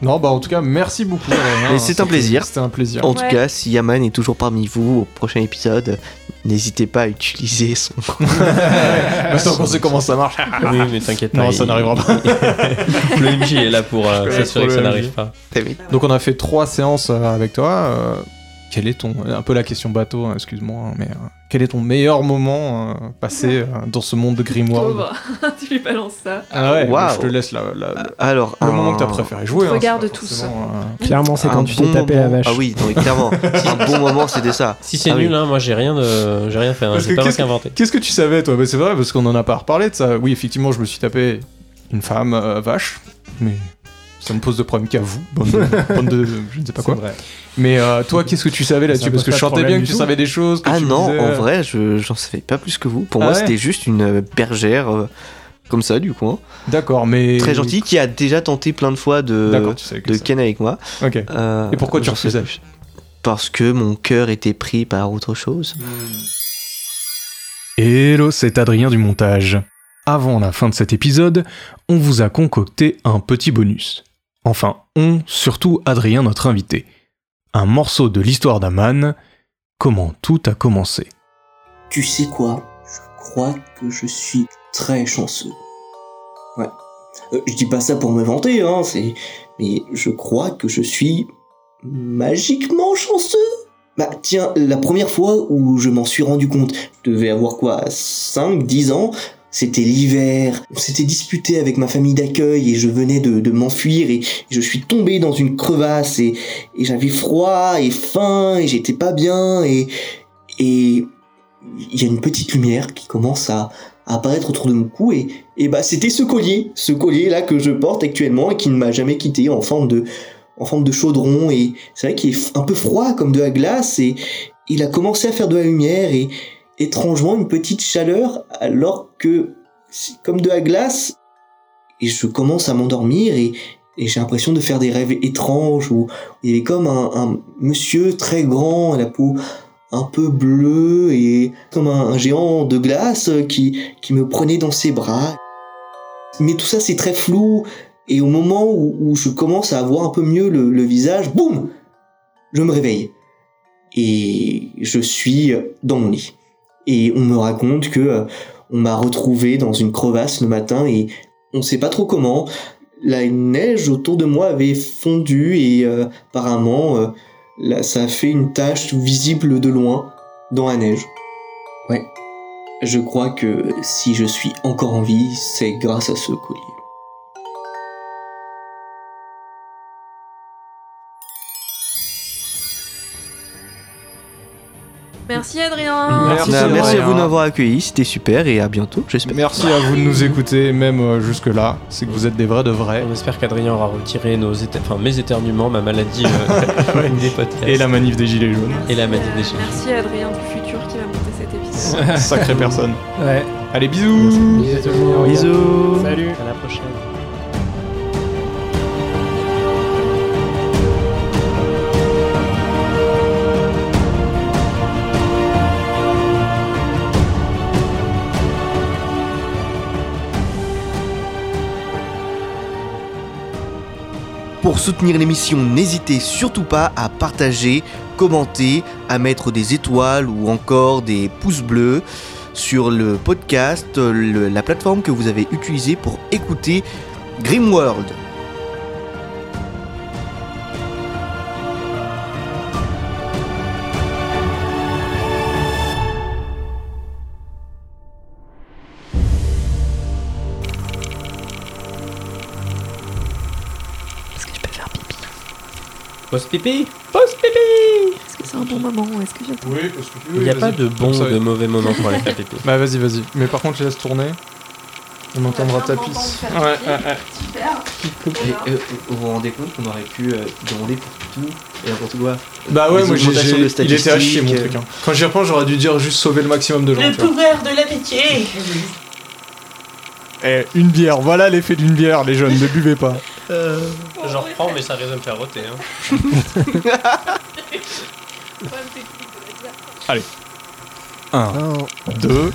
Non, bah en tout cas, merci beaucoup. Aurélien.
Mais c'est un
C'était-
plaisir.
C'était un plaisir. (laughs)
En tout
Ouais.
cas, si Yaman est toujours parmi vous au prochain épisode, n'hésitez pas à utiliser son.
(laughs) Maintenant qu'on sait comment ça marche.
oui, mais t'inquiète pas.
Ah. Non,
il-
ça n'arrivera pas.
Le MJ est là pour euh,
Ouais,
s'assurer
pour
que ça
le
n'arrive
MJ.
pas.
Donc on a fait trois séances euh, avec toi. Euh, quel est ton un peu la question bateau, hein, excuse-moi, hein, mais euh, quel est ton meilleur moment euh, passé euh, dans ce monde de grimoire
Pauvre. (laughs) tu lui balances ça.
Ah ouais,
Waouh.
mais je te laisse la- la- la-
Alors,
le
un-
moment que t'as préféré jouer. hein,
Regarde
c'est pas
tous.
forcément, euh,
Clairement, c'est
un
quand tu
bon
t'es tapé
moment-
la vache.
Ah oui, non, mais
(laughs)
clairement. un bon moment, c'était ça.
Si c'est
Ah oui.
nul, hein, moi j'ai rien, de... j'ai rien fait, hein,
Parce
j'ai
que
pas rien
qu'est-ce que-
qu'inventé.
Qu'est-ce que tu savais, toi Bah, C'est vrai, parce qu'on en a pas reparlé de ça. Oui, effectivement, je me suis tapé une femme euh, vache, mais ça me pose de problème qu'à vous, bande de, (laughs) bande de- je ne sais pas quoi. Mais euh, toi, qu'est-ce que tu savais là-dessus
Ça
Parce
pose
que
pas
je
de
chantais
problème
bien que
du
tu
tout.
savais des choses. que
Ah
tu
non,
disais,
en
euh,
vrai, je, j'en savais pas plus que vous. Pour
Ah
moi,
ouais
c'était juste une bergère euh, comme ça, du coin.
D'accord, mais
Très gentille, qui a déjà tenté plein de fois de,
D'accord, tu savais que
de
ça.
ken avec moi.
Ok.
Euh,
Et pourquoi tu
j'en sais
refusais
plus. Parce que mon cœur était pris par autre chose.
Hello, c'est Adrien du montage. Avant la fin de cet épisode, on vous a concocté un petit bonus. Enfin, on, surtout Adrien notre invité. Un morceau de l'histoire d'Aman, comment tout a commencé.
Tu sais quoi Je crois que je suis très chanceux. Ouais. Euh, je dis pas ça pour me vanter, hein, c'est. Mais je crois que je suis. magiquement chanceux Bah, tiens, la première fois où je m'en suis rendu compte, je devais avoir quoi 5, 10 ans c'était l'hiver, on s'était disputé avec ma famille d'accueil et je venais de, de m'enfuir et je suis tombé dans une crevasse et, Ah, et j'avais froid et faim et j'étais pas bien et, et il y a une petite lumière qui commence à, à apparaître autour de mon cou et, et bah c'était ce collier, ce collier là que je porte actuellement et qui ne m'a jamais quitté en forme de, en forme de chaudron et c'est vrai qu'il est f- un peu froid comme de la glace et il a commencé à faire de la lumière et étrangement une petite chaleur alors que c'est comme de la glace et je commence à m'endormir et, et j'ai l'impression de faire des rêves étranges où il y avait comme un, un monsieur très grand à la peau un peu bleu et comme un, un géant de glace euh, qui, qui me prenait dans ses bras. Mais tout ça c'est très flou et au moment où, où je commence à avoir un peu mieux le, le visage, boum Je me réveille et je suis dans mon lit. Et on me raconte que euh, on m'a retrouvé dans une crevasse le matin et on sait pas trop comment. La neige autour de moi avait fondu et euh, apparemment euh, Là, ça a fait une tache visible de loin dans la neige. Ouais. Je crois que si je suis encore en vie, c'est grâce à ce collier.
Merci Adrien.
Merci,
Bah, merci à
Adrien.
vous de m'avoir accueilli, c'était super et à bientôt, j'espère.
Merci à vous de nous écouter, même euh, jusque-là. C'est que vous êtes des vrais de vrais.
On espère qu'Adrien aura retiré nos éter- enfin, mes éternuements, ma maladie
(laughs)
euh, des podcasts.
Et la manif des Gilets jaunes.
(laughs) Et la manif des chiens.
Merci Adrien du futur qui va monter cet épisode.
Sacrée personne.
Ouais.
Allez, bisous
Bisous.
Salut.
À la prochaine.
Pour soutenir l'émission, n'hésitez surtout pas à partager, commenter, à mettre des étoiles ou encore des pouces bleus sur le podcast, le- la plateforme que vous avez utilisée pour écouter Grimworld.
Est-ce que je peux faire pipi
Pause pipi Pause pipi
Est-ce que c'est un bon moment ou est-ce que j'attends
Oui, parce que...
Il n'y a pas de bon ou de mauvais moment pour aller faire pipi.
Bah vas-y, vas-y. Mais par contre, je laisse tourner. On entendra ta pisse. Ouais, ouais, ouais.
Super.
euh, vous vous rendez compte qu'on aurait pu demander pour tout et n'importe quoi
Bah ouais,
Les
moi j'ai...
augmentations de
j'ai- Il était à chier, mon
statistiques,
truc. hein. Quand j'y repense, j'aurais dû dire juste sauver le maximum de gens. tu vois.
pouvoir de l'amitié
Eh, une bière. Voilà l'effet d'une bière, les jeunes. Ne buvez pas.
J'en reprends, mais ça risque de me faire roter. Hein.
Un, deux...